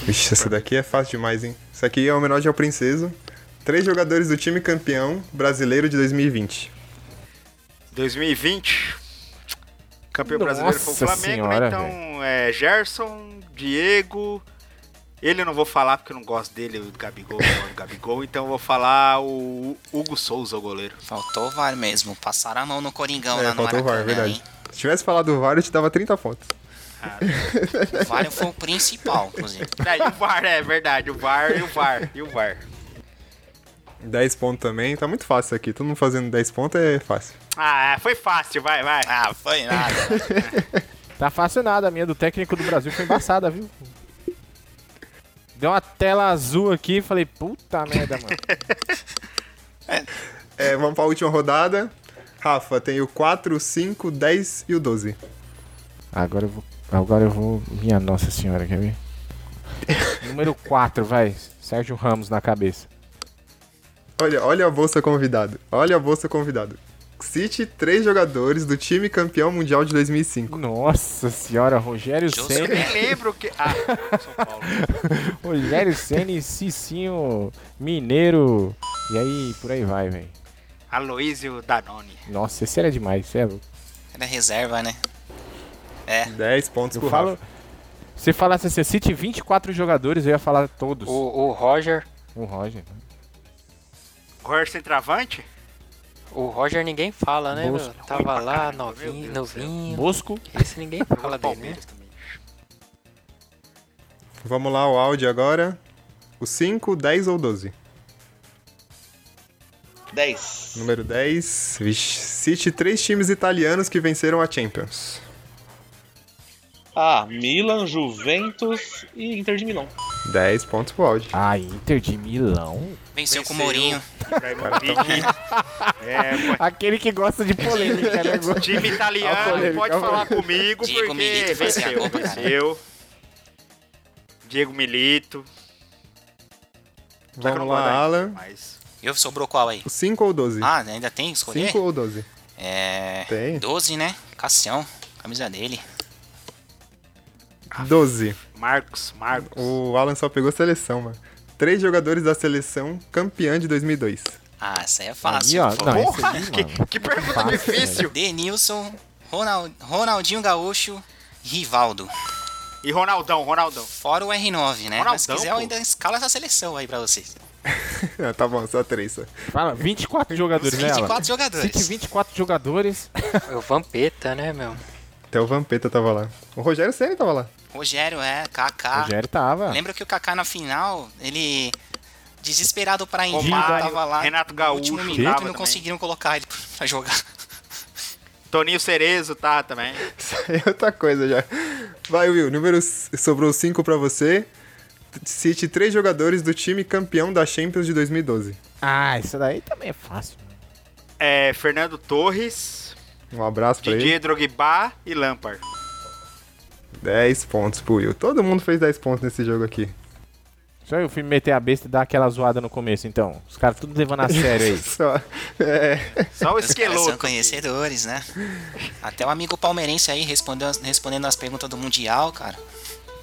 S5: Vixe, essa daqui é fácil demais, hein? Isso aqui é uma homenagem ao Princeso. Três jogadores do time campeão brasileiro de 2020.
S9: 2020. Campeão
S8: Nossa
S9: brasileiro foi o Flamengo,
S8: senhora,
S9: né? Então, é Gerson, Diego. Ele eu não vou falar porque eu não gosto dele, o Gabigol, eu gosto do Gabigol, então eu vou falar o Hugo Souza, o goleiro.
S10: Faltou o VAR mesmo. Passaram a mão no Coringão
S5: é,
S10: lá no
S5: faltou o VAR,
S10: Maracanã.
S5: verdade. Se tivesse falado o VAR, eu te dava 30 pontos.
S10: O VAR foi o principal, inclusive.
S9: É, e o VAR, é verdade, o VAR, e o VAR, e o VAR.
S5: 10 pontos também, tá muito fácil aqui. Todo mundo fazendo 10 pontos é fácil.
S9: Ah, foi fácil, vai, vai.
S10: Ah, foi nada.
S8: Tá fácil nada. A minha do técnico do Brasil foi embaçada, viu? Deu uma tela azul aqui e falei, puta merda, mano.
S5: É, vamos pra última rodada. Rafa, tem o 4, o 5, o 10 e o 12.
S8: Agora eu vou. Agora eu vou. Minha Nossa Senhora, quer ver? Número 4, vai. Sérgio Ramos na cabeça.
S5: Olha, olha a bolsa convidado. Olha a bolsa convidado. Cite três jogadores do time campeão mundial de 2005.
S8: Nossa senhora, Rogério
S9: Eu
S8: Senna.
S9: nem lembro que. Ah, São Paulo.
S8: Rogério Senna e Cicinho Mineiro. E aí, por aí vai, velho.
S9: Aloysio Danone.
S8: Nossa, esse era demais, você é louco.
S10: Era reserva, né? É.
S5: 10 pontos
S8: Eu falo. Se falasse assim, cite 24 jogadores, eu ia falar todos.
S6: O, o Roger.
S8: O Roger.
S9: Roger Centravante?
S6: O Roger ninguém fala, né?
S8: Bosco.
S6: meu? Tava lá, novinho, novinho.
S8: Bosco.
S6: Esse ninguém fala dele, né?
S5: Vamos lá, o áudio agora. O 5, 10 ou 12?
S7: 10.
S5: Número 10. Vixe. Cite três times italianos que venceram a Champions.
S7: Ah, Milan, Juventus e Inter de Milão.
S5: 10 pontos pro áudio.
S8: Ah, Inter de Milão.
S10: Venceu com o Mourinho.
S9: É,
S8: Aquele que gosta de polêmica, né?
S9: pô. time
S8: A
S9: italiano,
S8: polêmica,
S9: pode
S8: a
S9: falar
S8: polêmica.
S9: comigo,
S10: Diego
S9: porque
S10: Milito vai ser a
S9: venceu,
S10: Copa, cara.
S9: venceu. Diego Milito.
S5: Vamos lá, Alan.
S9: Mas
S10: Eu sobrou qual aí?
S5: O 5 ou 12?
S10: Ah, ainda tem que escolher?
S5: 5 ou 12?
S10: É.
S5: Tem.
S10: 12, né? Cassião. Camisa dele.
S5: Ah. 12.
S9: Marcos, Marcos.
S5: O Alan só pegou seleção, mano. Três jogadores da seleção campeã de 2002.
S10: Ah, essa aí é
S8: Aí,
S10: fácil.
S8: ó.
S10: pô.
S8: Não, é. esse
S9: Porra,
S8: aí,
S9: que,
S8: mano.
S9: que pergunta
S8: Fácil,
S9: difícil.
S10: Denilson, Ronald- Ronaldinho Gaúcho, Rivaldo.
S9: E Ronaldão, Ronaldão.
S10: Fora o R9, né? Mas se
S9: Ronaldão,
S10: quiser,
S9: pô.
S10: eu ainda escala essa seleção aí pra vocês.
S5: Ah, tá bom, só três. Só.
S8: Fala, 24 jogadores, né?
S10: 24
S8: Alan?
S10: jogadores.
S8: Cite 24 jogadores.
S6: É O Vampeta, né, meu?
S5: Até o Vampeta tava lá. O Rogério Senna tava lá.
S10: Rogério é,
S5: Ah.
S10: Kaká.
S8: Rogério tava.
S10: Lembra que o Kaká na final, ele desesperado pra ir,
S9: Romário,
S10: tava lá
S9: Renato
S10: no
S9: Gaúcho
S10: último minuto e não
S9: tava também.
S10: conseguiram colocar ele pra jogar.
S9: Toninho Cerezo tá também.
S5: Isso aí é outra coisa já. Vai, Will. Número sobrou cinco pra você. Cite três jogadores do time campeão da Champions de 2012.
S8: Ah, isso daí também é fácil.
S9: É, Fernando Torres,
S5: Um abraço pra ele.
S9: Didier Drogba e Lampard.
S5: 10 pontos pro Will. Todo mundo fez 10 pontos nesse jogo aqui.
S8: Só eu fui meter a besta e dar aquela zoada no começo, então. Os caras tudo levando a sério aí.
S5: Só- é,
S9: Só o
S10: Os caras são
S9: Esqueloto.
S10: conhecedores, né? Até o amigo palmeirense aí respondeu, respondendo as perguntas do Mundial, cara.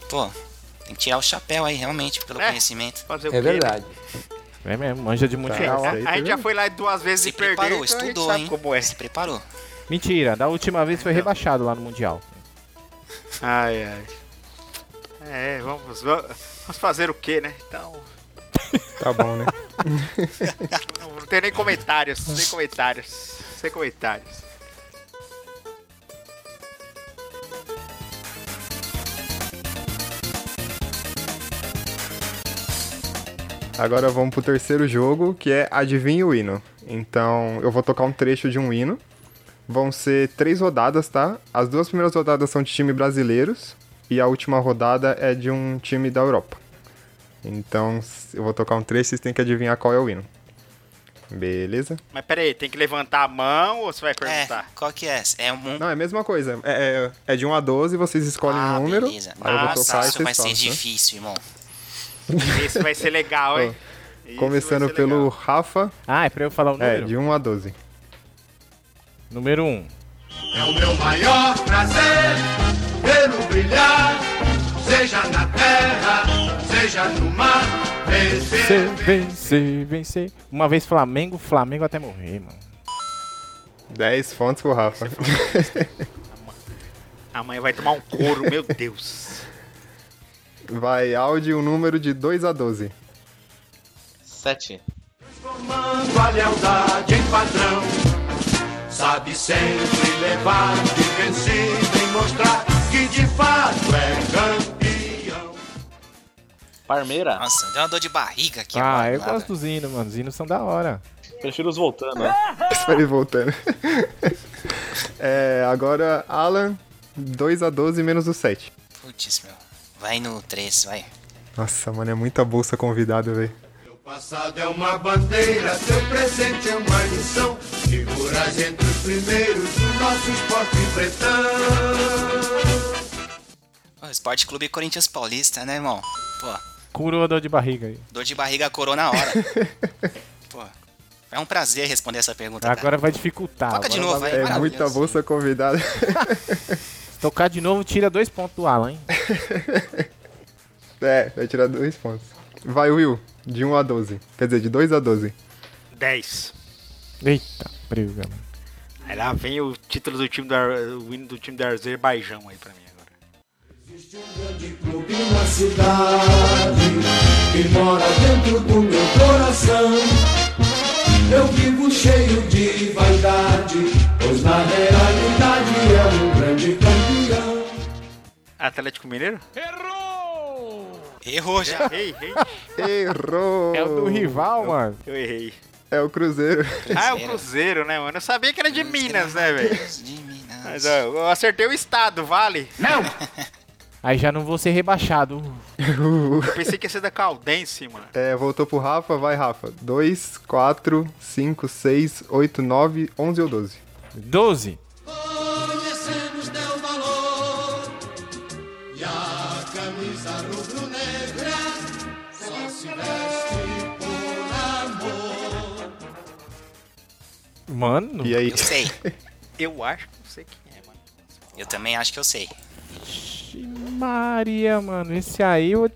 S10: Pô, tem que tirar o chapéu aí, realmente, pelo
S9: É.
S10: conhecimento.
S9: Fazer o quê,
S1: É verdade.
S8: É mesmo, manja de mundial,
S5: Tá,
S8: ó.
S5: sei.
S9: A gente já foi lá duas vezes
S10: Se
S9: e perdeu.
S10: preparou,
S9: então a gente
S10: estudou,
S9: sabe
S10: hein?
S9: Como é.
S10: Se preparou.
S8: Mentira, da última vez foi rebaixado lá no mundial.
S9: Ai, ai. É, vamos, va- vamos fazer o quê, né? Então,
S5: tá bom, né?
S9: não, não tem nem comentários, sem comentários, sem comentários.
S5: Agora vamos pro terceiro jogo, que é Adivinha o Hino. Então, eu vou tocar um trecho de um hino. Vão ser três rodadas, tá? As duas primeiras rodadas são de time brasileiros e a última rodada é de um time da Europa. Então, s- eu vou tocar um trecho, vocês têm que adivinhar qual é o hino. Beleza?
S9: Mas peraí, tem que levantar a mão ou você vai
S10: É,
S9: perguntar?
S10: qual que é? É um
S5: Não, é a mesma coisa. É, é- é de 1 a 12, vocês escolhem
S10: Ah,
S5: um número.
S10: beleza.
S5: Aí eu vou
S10: Nossa,
S5: tocar e
S10: isso
S5: vocês
S10: vai ser
S5: falam, né?
S10: difícil, irmão.
S9: Esse vai ser legal, hein? Esse vai
S5: Começando
S9: ser
S5: pelo
S9: legal.
S5: Rafa,
S8: Ah, é pra eu falar o
S5: é,
S8: número?
S5: de 1 a 12.
S8: Número 1.
S11: É o meu maior prazer vê-lo brilhar, seja na terra, seja no mar.
S8: Vencer, vencer, vencer. Uma vez Flamengo, Flamengo até morrer, mano.
S5: 10 pontos pro Rafa.
S9: é Amanhã vai tomar um couro, meu Deus.
S5: Vai, áudio, um número de 2 a 12.
S7: 7.
S11: Transformando a lealdade em padrão, sabe sempre levar de vencido e mostrar que de fato é campeão.
S7: Parmeira.
S10: Nossa, deu uma dor de barriga aqui.
S8: ah,
S10: agora,
S8: eu
S10: nada.
S8: gosto dos hinos, mano. Os hinos são da hora.
S7: Prefiro os voltando, né?
S5: Só ele voltando. É, agora, Alan, 2 a 12 menos o 7.
S10: Putz, meu. Vai no 3, vai.
S5: Nossa, mano, é muita bolsa convidada, velho.
S11: Seu passado é uma bandeira, seu presente é uma lição. Figuras entre os primeiros do nosso esporte pretão.
S10: Ô, Esporte Clube Corinthians Paulista, né, irmão? Pô,
S8: Curou a dor de barriga aí.
S10: dor de barriga corou na hora. Pô, É um prazer responder essa pergunta. cara.
S8: Agora vai dificultar.
S10: Toca de
S8: Agora
S10: novo,
S8: vai-
S10: é
S5: É muita bolsa convidada.
S8: Se Tocar de novo tira dois pontos do Alan, hein?
S5: É, vai tirar dois pontos. Vai, Will, de 1 a 12. Quer dizer, de 2 a 12.
S9: 10.
S8: Eita, briga.
S9: Aí lá vem o título do time do, Ar- o hino do time do Azerbaijão aí pra mim agora.
S11: clube na cidade que mora dentro do meu coração. Eu vivo cheio de vaidade, pois na realidade é um grande campeão.
S9: Atlético Mineiro?
S10: Errou
S9: já. Errei, errei.
S5: Errou!
S8: É o do rival, mano.
S9: Eu errei.
S5: É o Cruzeiro.
S9: Ah, é o Cruzeiro, né, mano? Eu sabia que era de Minas, né, velho? Mas ó, eu acertei o estado, vale? Não!
S8: Aí já não vou ser rebaixado.
S9: Eu pensei que ia ser da Caldense, mano.
S5: É, voltou pro Rafa, vai, Rafa. 2, 4, 5, 6, 8, 9, 11 ou 12?
S8: 12.
S11: Conhecemos teu valor e a camisa rubro-negra só se veste por amor.
S8: Mano.
S5: E aí?
S10: Eu sei.
S9: Eu acho que não sei quem é, mano.
S10: Eu também acho que eu sei.
S8: Maria, mano, esse aí. eu-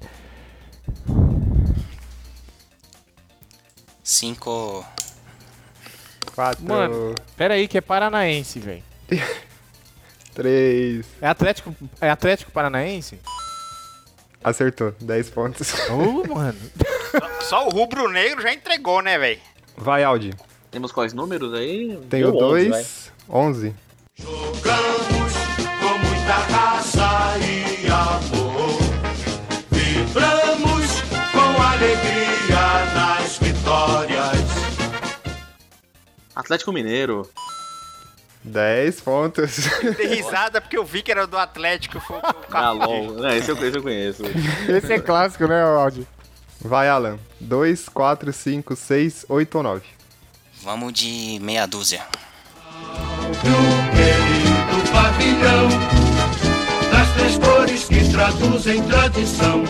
S10: 5.
S5: 4,
S8: Mano, pera aí, que é paranaense, velho.
S5: 3.
S8: É Atlético, é Atlético Paranaense?
S5: Acertou, 10 pontos.
S8: Ô, mano.
S9: Só o Rubro Negro já entregou, né, velho?
S5: Vai, Aldi.
S12: Temos quais números aí?
S5: Tem o 2, 11.
S11: Jogamos com muita raça e amor. Vibramos com alegria nas vitórias.
S12: Atlético Mineiro.
S5: 10 pontos.
S9: Dei risada porque eu vi que era do Atlético. Foi o
S12: Ah,
S9: cara.
S12: LOL. Não, esse, eu, esse eu conheço.
S8: Esse é clássico, né, Aldi?
S5: Vai, Alan. 2, 4, 5, 6, 8 ou 9?
S10: Vamos de meia dúzia.
S11: do pavilhão Das três cores que traduzem tradição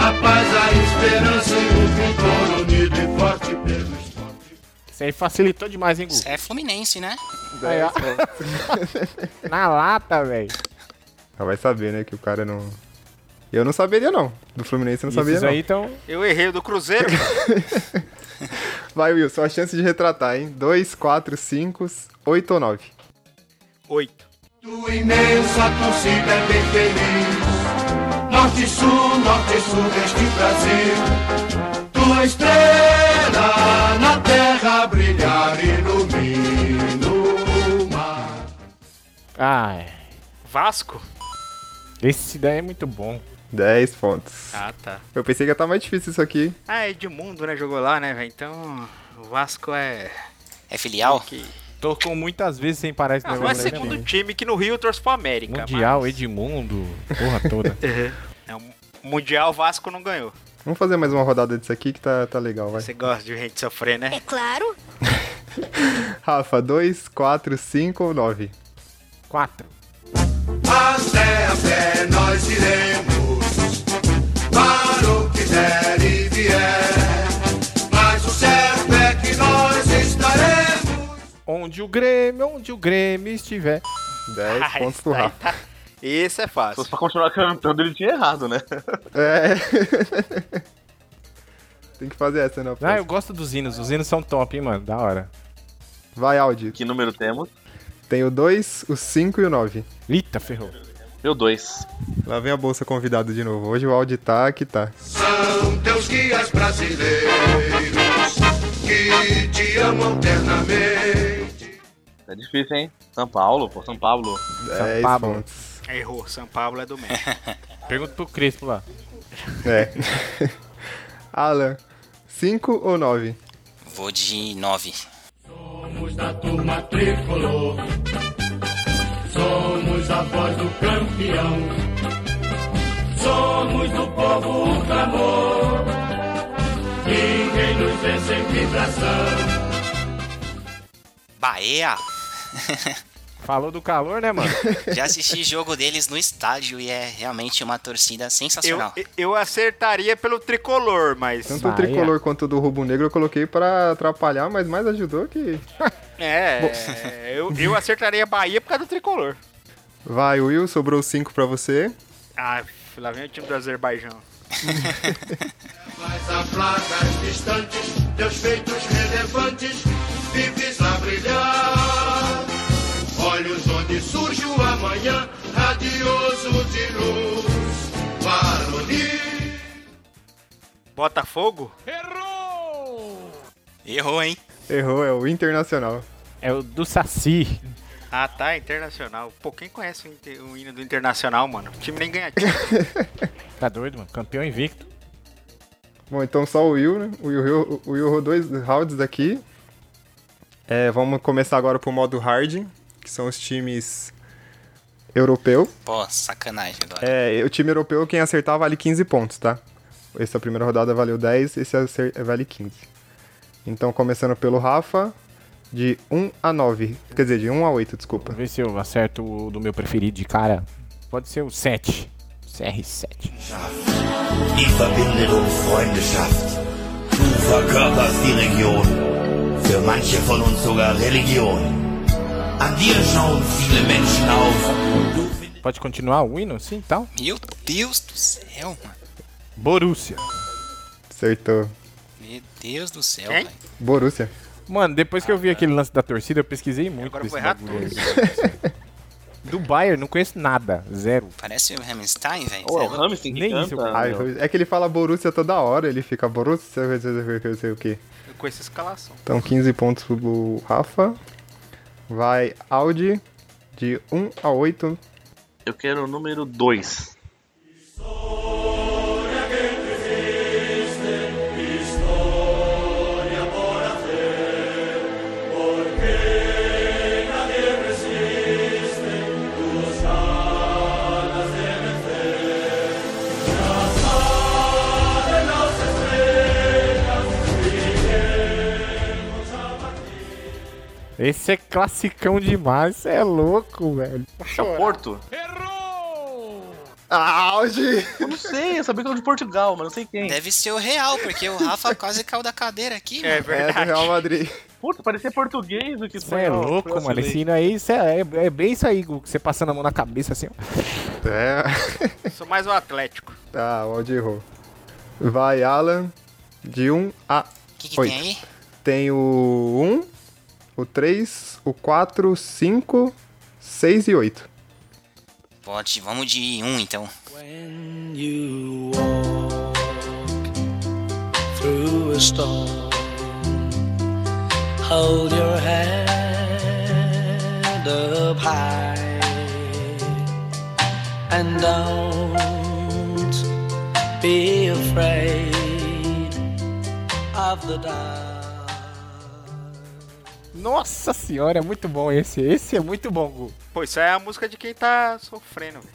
S11: A paz, a esperança e o vigor Unido e forte pelo
S8: Isso aí facilitou demais, hein, Gu?
S10: É Fluminense, né?
S8: Aí, ó. Na lata, velho.
S5: Já vai saber, né, que o cara não... Eu não saberia, não. Do Fluminense eu não
S8: Isso
S5: saberia,
S8: aí,
S5: não.
S8: então.
S9: Eu errei o do Cruzeiro.
S5: Vai, Will, sua chance de retratar, hein? 2, 4, 5, 8 ou 9?
S9: Oito.
S11: Tua imensa torcida é bem feliz Norte, sul, norte, sul deste Brasil Tua estrela na terra brilhar ilumina o mar
S8: Ah, é.
S9: Vasco?
S8: esse daí é muito bom.
S5: 10 pontos.
S9: Ah, tá.
S5: Eu pensei que ia estar mais difícil isso aqui.
S9: Ah, Edmundo, né? Jogou lá, né, velho? Então, o Vasco é.
S10: É filial?
S8: Tocou muitas vezes sem parar esse
S9: Não, não é
S8: negócio. aí, né,
S9: segundo
S8: velho?
S9: time que no Rio eu torço pro América.
S8: Mundial, Edmundo, porra toda.
S9: mas- É, o Mundial o Vasco não ganhou.
S5: Vamos fazer mais uma rodada disso aqui que tá, tá legal, vai.
S9: Você gosta de gente sofrer, né? É
S11: claro
S5: Rafa, 2, 4, 5 ou 9?
S8: 4.
S11: Até a pé nós iremos Para o que der e vier Mas o certo é que nós estaremos
S8: Onde o Grêmio, onde o Grêmio estiver.
S5: 10
S9: Ah,
S5: pontos
S9: esse
S5: pro
S9: daí
S5: Rafa.
S9: tá- Esse é
S12: Se fosse
S9: fácil.
S12: pra continuar cantando, ele tinha errado, né?
S5: É. Tem que fazer essa, né?
S8: Ah, eu gosto dos hinos. Os hinos são top, hein, mano. Da hora.
S5: Vai, Audi.
S12: Que número temos?
S5: Tem o 2, o 5 e o 9.
S8: Eita, ferrou.
S12: Eu dois.
S5: Lá vem a bolsa convidada de novo. Hoje o Audi tá que tá.
S11: São teus guias brasileiros Que te amam ternamente
S12: É difícil, hein? São Paulo, pô. São Paulo.
S5: 10
S8: Pablo.
S5: pontos.
S9: Errou. São Paulo é do México.
S8: Pergunta pro Crespo lá.
S5: É. Alan, 5 ou 9?
S10: Vou de 9.
S11: Somos da turma tricolor Somos a voz do campeão Somos do povo o clamor Ninguém nos vence em vibração
S10: Bahia!
S8: Falou do calor, né, mano?
S10: Já assisti jogo deles no estádio e é realmente uma torcida
S9: Eu,
S10: sensacional.
S9: eu acertaria pelo tricolor, mas.
S5: Tanto o tricolor quanto o do rubro negro eu coloquei pra atrapalhar, mas mais ajudou que.
S9: É, eu, eu acertaria Bahia por causa do tricolor.
S5: Vai, Will, sobrou cinco pra você.
S9: Ah, lá vem o time do Azerbaijão.
S11: Mas a placas distantes, teus feitos relevantes, vives a brilhar. Olhos onde surge o amanhã, radioso de luz, para unir.
S9: Botafogo?
S10: Errou, hein?
S5: Errou, é o Internacional.
S8: É o do Saci.
S9: Ah, tá, internacional. Pô, quem conhece o, Inter- o hino do internacional, mano? O time nem ganha título.
S8: Tá doido, mano? Campeão invicto.
S5: Bom, então só o Will, né? O Will, o Will rodou dois rounds daqui. É, vamos começar agora pro modo hard, que são os times europeu.
S10: Pô, sacanagem agora.
S5: É, o time europeu, quem acertar vale 15 pontos, tá? Essa primeira rodada valeu 10, esse acer- vale 15. Então, começando pelo Rafa, de 1 a 9. Quer dizer, de 1 a 8, desculpa.
S8: Vamos ver se eu acerto o do meu preferido de cara. Pode ser o 7. CR7.
S13: Die Verbindung, Freundschaft. Du verkörperst die Region. Für manche von uns sogar Religion. An dir schauen viele Menschen auf.
S8: Pode continuar o hino assim e tal?
S10: Meu Deus do céu, mano.
S8: Borussia.
S5: Acertou.
S10: Meu Deus do céu,
S8: Quem?
S10: velho.
S5: Borussia.
S8: Mano, depois que eu vi aquele lance da torcida, eu pesquisei muito.
S10: Agora
S8: desse
S10: eu vou errar
S8: bagulho aí.
S10: todos.
S8: Do Bayern, não conheço nada. Zero.
S10: Parece o Hammerstein, velho.
S8: Ô, é o
S10: Cê louco?
S8: Rammstein que Nem canta? isso eu
S5: Ai, é que ele fala Borussia toda hora, ele fica Borussia, não sei o quê.
S9: Com essa escalação.
S5: Então 15 pontos pro Rafa. Vai Audi de 1 a 8.
S7: Eu quero o número 2.
S8: Esse é classicão demais, você é louco, velho.
S7: É o Porto?
S10: Oh,
S5: Auge!
S7: Eu não sei, eu sabia que era de Portugal, mas não sei quem.
S10: Deve ser o Real, porque o Rafa quase caiu da cadeira aqui, mano.
S5: É do Real Madrid.
S7: Puta, parecia português do que
S8: Você é louco, mano. Esse hino aí, cê é, é bem isso aí, Gu, que você passando a mão na cabeça assim. ó.
S5: É.
S9: Sou mais o Atlético.
S5: Tá, o Audi errou. Vai Alan de 1 a 8.
S9: que tem aí?
S5: Tem o 1, o 3, o 4, 5, 6 e 8.
S10: Pode, vamos de um então.
S14: through a storm. Hold your head up high and don't be afraid of the dark.
S8: Nossa senhora, é muito bom esse. Esse é muito bom, Gu.
S9: Pô, isso aí é a música de quem tá sofrendo. velho.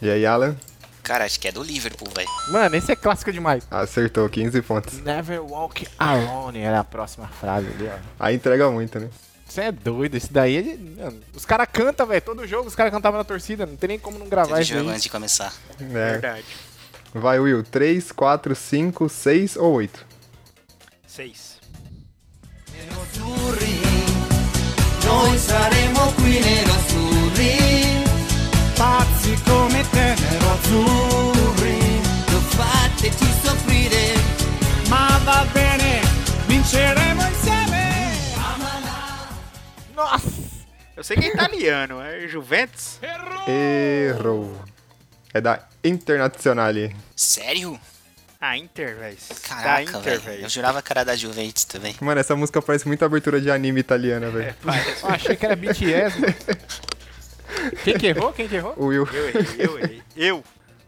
S5: E aí, Alan?
S10: Cara, acho que é do Liverpool, velho.
S8: Mano, esse é clássico demais.
S5: Acertou, 15 pontos.
S8: Never walk alone era a próxima frase ali, ó.
S5: Aí entrega muito, né?
S8: Você é doido, esse daí é de- mano, Os caras cantam, velho. Todo jogo os caras cantavam na torcida. Não tem nem como não gravar
S10: Todo
S8: isso
S10: jogo
S8: aí.
S10: antes de começar.
S5: É. Vai Will, 3, 4, 5, 6 ou 8?
S9: Seis.
S11: Noi saremo qui nerazzurri, pazzi come te nerazzurri, non fateci soffrire, ma va bene, vinceremo insieme.
S8: Nossa!
S9: Eu sei que é italiano, é Juventus?
S5: Errou. É da Internazionale.
S10: Sério?
S9: Ah, Inter, velho. Tá
S10: Caraca,
S9: Inter,
S10: velho.
S9: velho.
S10: Eu jurava que era da Juventus também.
S5: Mano, essa música parece muita abertura de anime italiana, velho.
S9: É,
S8: Eu achei que era BTS, mano. né? Quem que errou? Quem que errou?
S5: O Will.
S9: Eu errei, eu errei. Eu.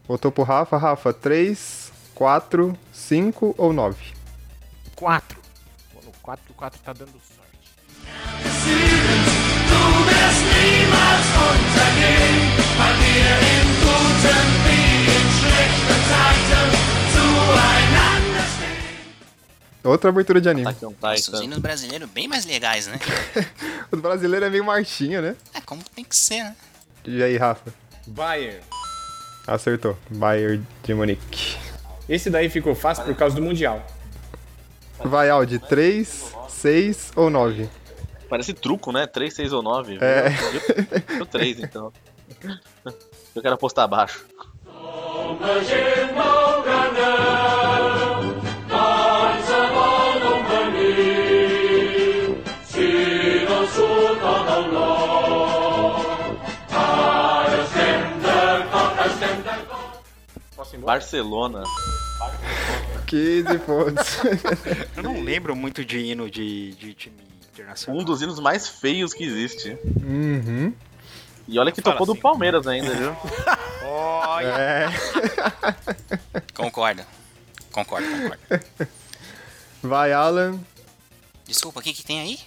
S5: Voltou pro Rafa. Rafa, 3, 4, 5 ou 9?
S8: 4. Pô, no 4 o 4 tá dando sorte.
S11: Du wirst niemals untergehen, weil wir in guten wie in schlechten Zeiten zueinander stehen.
S5: Outra abertura de anime.
S10: Os
S7: então.
S10: hinos brasileiros bem mais legais, né?
S5: O brasileiro é meio marchinho, né?
S10: É como tem que ser, né?
S5: E aí, Rafa?
S15: Bayern.
S5: Acertou. Bayern de Munique.
S15: Esse daí ficou fácil por causa do Mundial.
S5: Vai, Audi. 3, 6 ou 9?
S7: Parece truco, né? 3, 6 ou 9.
S5: É.
S7: Eu 3, então. Eu quero apostar abaixo. Barcelona.
S5: Que pontos.
S9: Eu não lembro muito de hino de, de time internacional.
S7: Um dos hinos mais feios que existe.
S5: Uhum.
S7: E olha que
S9: Fala
S7: tocou
S9: assim.
S7: do Palmeiras ainda, viu?
S9: Olha.
S5: É.
S10: Concordo. Concordo, concordo.
S5: Vai, Alan.
S10: Desculpa, o que, que tem aí?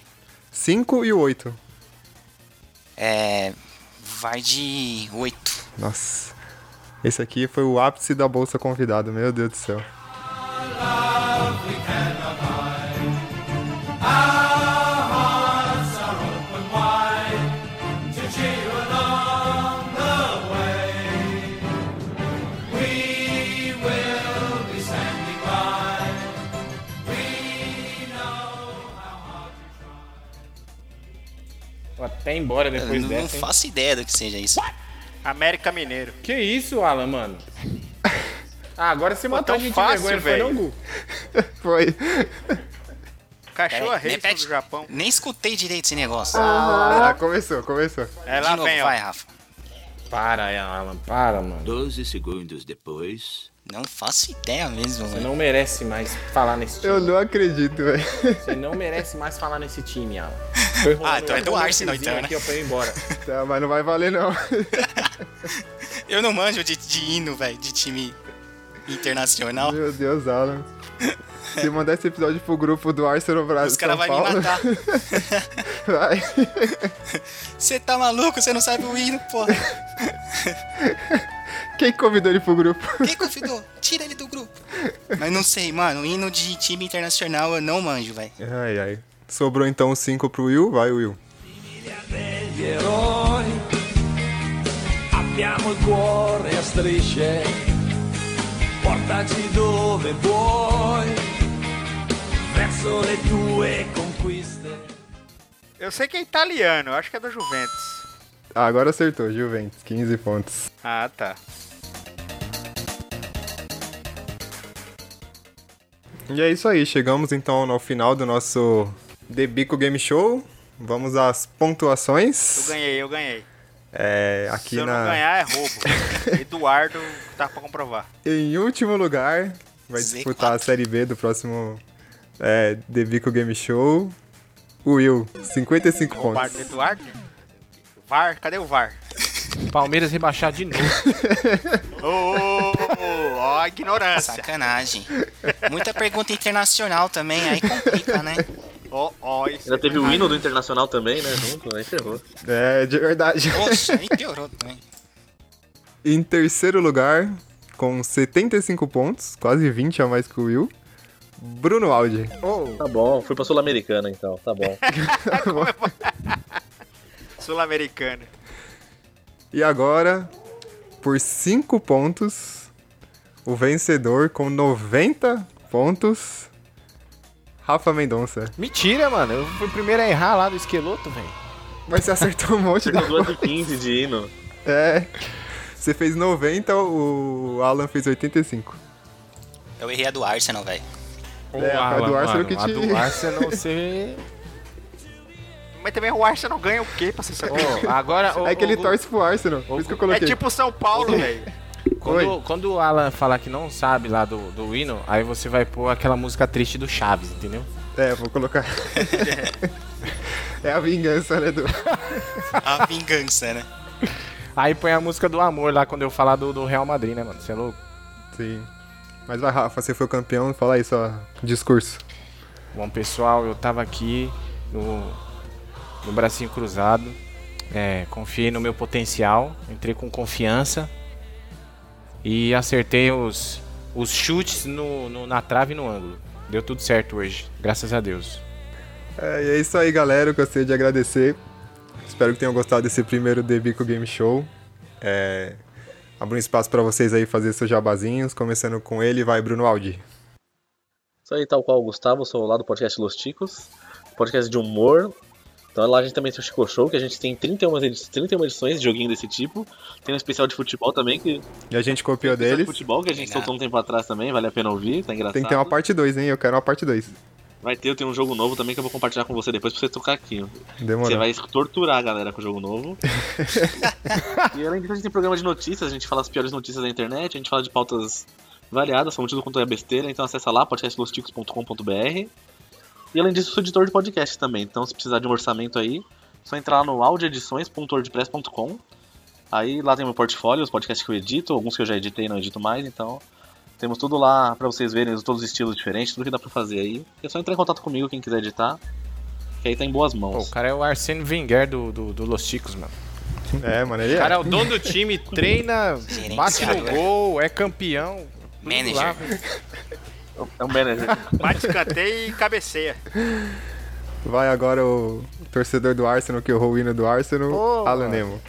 S5: 5 e 8.
S10: É. Vai de 8.
S5: Nossa. Esse aqui foi o ápice da bolsa convidado, meu Deus do céu.
S15: Vou até embora
S10: Eu
S8: é,
S15: depois
S10: não
S15: dessa. hein?
S10: faço ideia do que seja isso.
S9: América Mineiro.
S15: Que isso, Alan, mano? Ah, agora você
S9: Pô,
S15: matou a
S9: tão
S15: gente
S9: fácil,
S15: vergonha, não foi não,
S9: velho.
S15: Gu?
S5: Foi.
S9: Cachorra Reis
S10: É, Repete.
S9: do Japão.
S10: Nem escutei direito esse negócio.
S5: Ah, começou, começou.
S9: É,
S10: de
S9: lá
S10: novo,
S9: vem, ó.
S10: vai, Rafa.
S15: Para, é, Alan, para, mano.
S13: 12 segundos depois.
S10: Não faço ideia mesmo,
S15: Você
S10: mano.
S15: não merece mais falar nesse time.
S5: Eu não acredito, velho.
S15: Você não merece mais falar nesse time, Alan. Foi rolando
S10: Ah, então é do
S15: um
S10: Arsenal,
S15: likezinho
S10: então, né?
S15: aqui, ó, pra eu ir embora.
S5: Tá, mas não vai valer, não.
S10: Eu não manjo de, de hino, velho, de time internacional.
S5: Meu Deus, Alan. Se mandar esse episódio pro grupo do Arsenal Brasil
S10: Os
S5: São
S10: caras vão me
S5: Paulo...
S10: matar.
S5: Vai.
S10: Você tá maluco? Você não sabe o hino, porra.
S5: Quem convidou ele pro grupo?
S10: Quem convidou? Tira ele do grupo. Mas não sei, mano. Hino de time internacional eu não manjo, velho.
S5: Ai, ai. Sobrou então 5 pro Will. Vai, Will.
S14: Gli eroi abbiamo il cuore a strisce, portaci dove vuoi, verso le tue conquiste.
S9: Eu sei que é italiano, eu acho que é da Juventus.
S5: Ah, agora acertou, Juventus. 15 pontos.
S9: Ah, tá.
S5: E é isso aí, chegamos então ao final do nosso The Bico Game Show. Vamos às
S9: Eu
S5: pontuações.
S9: ganhei, eu ganhei.
S5: É,
S9: Se
S5: aqui
S9: eu não
S5: na.
S9: ganhar, é roubo. Eduardo tá pra comprovar.
S5: Em último lugar, vai disputar a Série B do próximo é, The Bico Game Show. O Will, 55
S9: O VAR do
S5: pontos.
S9: Eduardo? VAR, cadê o VAR?
S8: Palmeiras rebaixar de novo.
S9: Ô, ô, ô, ó, a ignorância.
S10: Sacanagem. Muita pergunta internacional também, aí complica, né?
S9: Ó, ó, isso.
S7: Ainda teve o hino do Internacional também, né? Junto, aí ferrou.
S5: É, de verdade.
S10: Poxa, aí piorou também.
S5: Em terceiro lugar, com 75 pontos, quase 20 a mais que o Will, Bruno Aldi.
S7: Tá bom, fui pra Sul-Americana então, tá bom.
S9: Sul-americano.
S5: E agora, por 5 pontos, o vencedor com 90 pontos, Rafa Mendonça.
S8: Mentira, mano. Eu fui o primeiro a errar lá do esqueloto, velho.
S5: Mas você acertou um monte de
S7: Duas
S5: coisa.
S7: de 15 de hino.
S5: É. Você fez 90, o Alan fez 85.
S10: Eu errei a do Arsenal, velho.
S5: é, a do Arsenal que
S8: mano, a
S5: te...
S8: do Arsenal você...
S9: Mas também o Arsenal ganha o quê pra ser campeão?
S8: Ô, agora... ô,
S5: É que ele
S8: ô,
S5: torce pro Arsenal, por isso que eu
S9: É
S5: coloquei.
S9: tipo o São Paulo, velho.
S8: Quando, quando o Alan falar que não sabe lá do, do hino, aí você vai pôr aquela música triste do Chaves, entendeu?
S5: É, vou colocar. é a vingança, né, do...
S10: A vingança, né?
S8: Aí põe a música do amor lá quando eu falar do, do Real Madrid, né, mano? Você é louco?
S5: Sim. Mas vai, Rafa, você foi o campeão, fala aí só discurso.
S8: Bom, pessoal, eu tava aqui no, no bracinho cruzado. É, confiei no meu potencial, entrei com confiança e acertei os, os chutes no, no- na trave e no ângulo. Deu tudo certo hoje, graças a Deus.
S5: É, e é isso aí, galera. Eu gostaria de agradecer. Espero que tenham gostado desse primeiro The Bico Game Show. É, abro um espaço para vocês aí fazer seus jabazinhos, começando com ele, vai Bruno Aldi.
S7: Isso aí, tal qual o Gustavo, sou lá do podcast Los Ticos, podcast de humor. Então lá a gente também tem o Chico Show, que a gente tem 31, edi 31 edições de joguinho desse tipo. Tem um especial de futebol também, que um
S5: E a gente copiou
S7: especial de
S5: deles.
S7: futebol que a gente
S9: É.
S7: soltou um tempo atrás também, vale a pena ouvir, tá engraçado.
S5: Tem que ter uma parte 2, hein? Eu quero uma parte 2.
S7: Vai ter, eu tenho um jogo novo também que eu vou compartilhar com você depois pra você tocar aqui.
S5: Demorou.
S7: Você vai torturar a galera com o jogo novo. e além disso, a gente tem programa de notícias, a gente fala as piores notícias da internet, a gente fala de pautas variadas, sobre tudo quanto é besteira, então acessa lá, podcastlosticos.com.br. E além disso, eu sou editor de podcast também, então se precisar de um orçamento aí, é só entrar lá no audioedições.wordpress.com. Aí lá tem meu portfólio, os podcasts que eu edito, alguns que eu já editei e não edito mais, então temos tudo lá pra vocês verem, todos os estilos diferentes, tudo que dá pra fazer aí. É só entrar em contato comigo, quem quiser editar, que aí tá em boas mãos.
S8: Pô, o cara é o Arsene Wenger do, do, do Los Chicos, mano.
S5: É, mano, ele
S8: O cara é o dono do time, treina, bate no
S7: Gerenciador.
S8: gol, é campeão.
S7: Manager.
S8: é um
S16: né?
S8: manager.
S9: Bate escanteio e cabeceia.
S5: Vai agora o torcedor do Arsenal, que errou o hino do Arsenal,
S9: Ô,
S5: Alan
S9: mano.
S5: Nemo.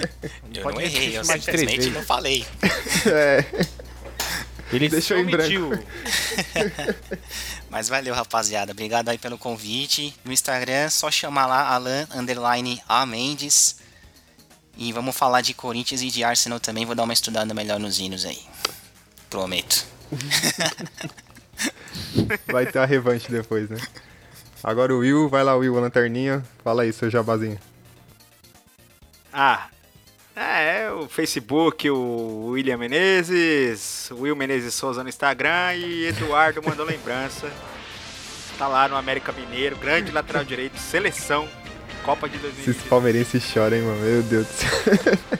S10: Eu
S8: Pode
S10: não
S8: repetir
S10: errei, eu
S8: mais de três
S10: simplesmente
S8: vezes.
S10: não falei.
S5: É.
S8: Ele
S5: Deixou em branco.
S10: Mas valeu, rapaziada. Obrigado aí pelo convite. No Instagram, só chamar lá Alan underline A Mendes. E vamos falar de Corinthians e de Arsenal também. Vou dar uma estudada melhor nos hinos aí. Prometo.
S5: Vai ter a revanche depois, né? Agora o Will, vai lá, Will, a lanterninha. Fala aí, seu jabazinho.
S9: Ah, é, o Facebook, o William Menezes, o Will Menezes Souza no Instagram e Eduardo mandou lembrança. Tá lá no América Mineiro, grande lateral direito, seleção, Copa de 2020.
S5: Esses palmeirenses choram, hein, mano? Meu Deus do céu.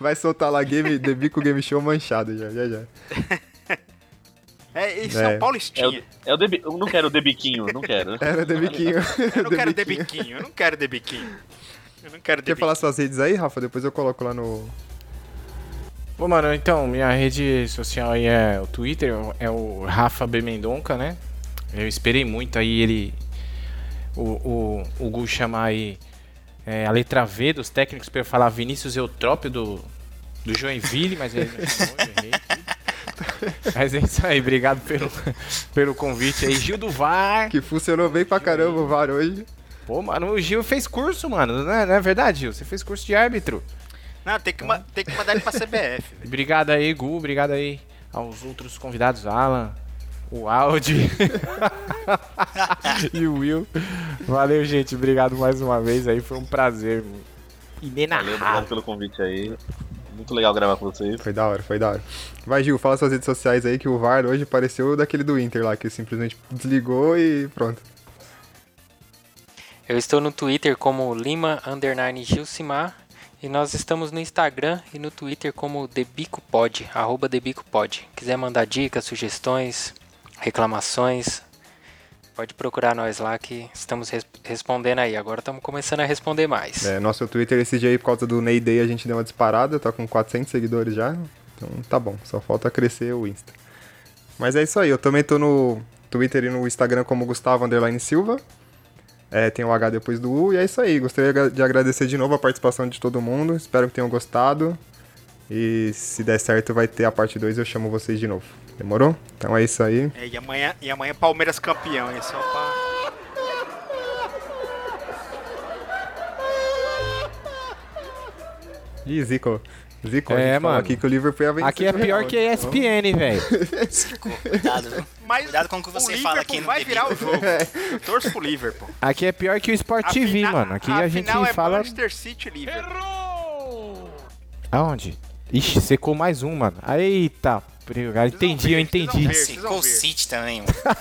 S5: Vai soltar lá game, The Bico Game Show manchado já, já, já.
S9: É, em
S5: É.
S9: São Paulo Estinha.
S16: É o Debi... Eu não quero o Debiquinho, não quero.
S5: Era The Biquinho.
S9: Eu não quero debiquinho, eu não quero debiquinho. Eu não quero
S5: Quer falar suas redes aí, Rafa? Depois eu coloco lá no.
S8: Bom, mano, então, minha rede social aí é o Twitter, é o Rafa B. Mendonca, né? Eu esperei muito aí ele. O, o, o Gu chamar aí é, a letra V dos técnicos pra eu falar Vinícius Eutrópio do, do Joinville, mas ele não chamou, eu errei. Mas é isso aí, obrigado pelo, pelo convite aí. Gil do VAR.
S5: Que funcionou bem pra caramba o VAR hoje.
S8: Pô, mano, o Gil fez curso, mano. Não é, não é verdade, Gil? Você fez curso de árbitro.
S9: Não, tem que, ma- tem que mandar ele pra CBF.
S8: Obrigado aí, Gu. Obrigado aí aos outros convidados, Alan, o Audi e o Will. Valeu, gente. Obrigado mais uma vez aí. Foi um prazer. mano.
S16: Valeu, obrigado pelo convite aí. Muito legal gravar com vocês.
S5: Foi da hora, foi da hora. Vai, Gil, fala suas redes sociais aí, que o VAR hoje pareceu daquele do Inter lá, que simplesmente desligou e pronto.
S6: Eu estou no Twitter como Lima Underline Gilcimar e nós estamos no Instagram e no Twitter como DebicoPod, arroba DebicoPod. Quiser mandar dicas, sugestões, reclamações, pode procurar nós lá que estamos res- respondendo aí. Agora estamos começando a responder mais.
S5: É, nosso Twitter esse dia aí, por causa do Ney Day, a gente deu uma disparada, tá com 400 seguidores já. Então tá bom, só falta crescer o Insta. Mas é isso aí, eu também tô no Twitter e no Instagram como Gustavo Underline Silva. É, tem o H depois do U, e é isso aí. Gostaria gra- de agradecer de novo a participação de todo mundo, espero que tenham gostado. E se der certo, vai ter a parte 2 eu chamo vocês de novo. Demorou? Então é isso aí.
S9: É, e amanhã, e amanhã Palmeiras campeão, hein? Só pra.
S5: Ih, Zico. Zico,
S8: É,
S5: a gente
S8: mano.
S5: Fala aqui que o Liverpool ia vencer.
S8: Aqui é
S5: do
S8: pior
S5: Real.
S8: que a ESPN, velho.
S10: Cuidado, viu? Cuidado com o que você fala aqui no
S9: vai
S10: The
S9: virar o
S10: Bico.
S9: jogo. Eu torço pro Liverpool.
S8: Aqui é pior que o Sport TV, mano. Aqui a, gente
S9: Final é
S8: fala.
S9: Manchester City e Liverpool.
S8: Aonde? Ixi, secou mais um, mano. Eita, briga. entendi, eu entendi.
S10: Secou o City também, mano.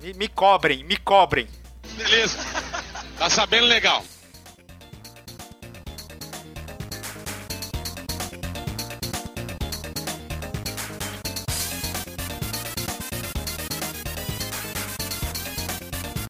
S9: Me, me cobrem, me cobrem.
S17: Beleza. Tá sabendo legal.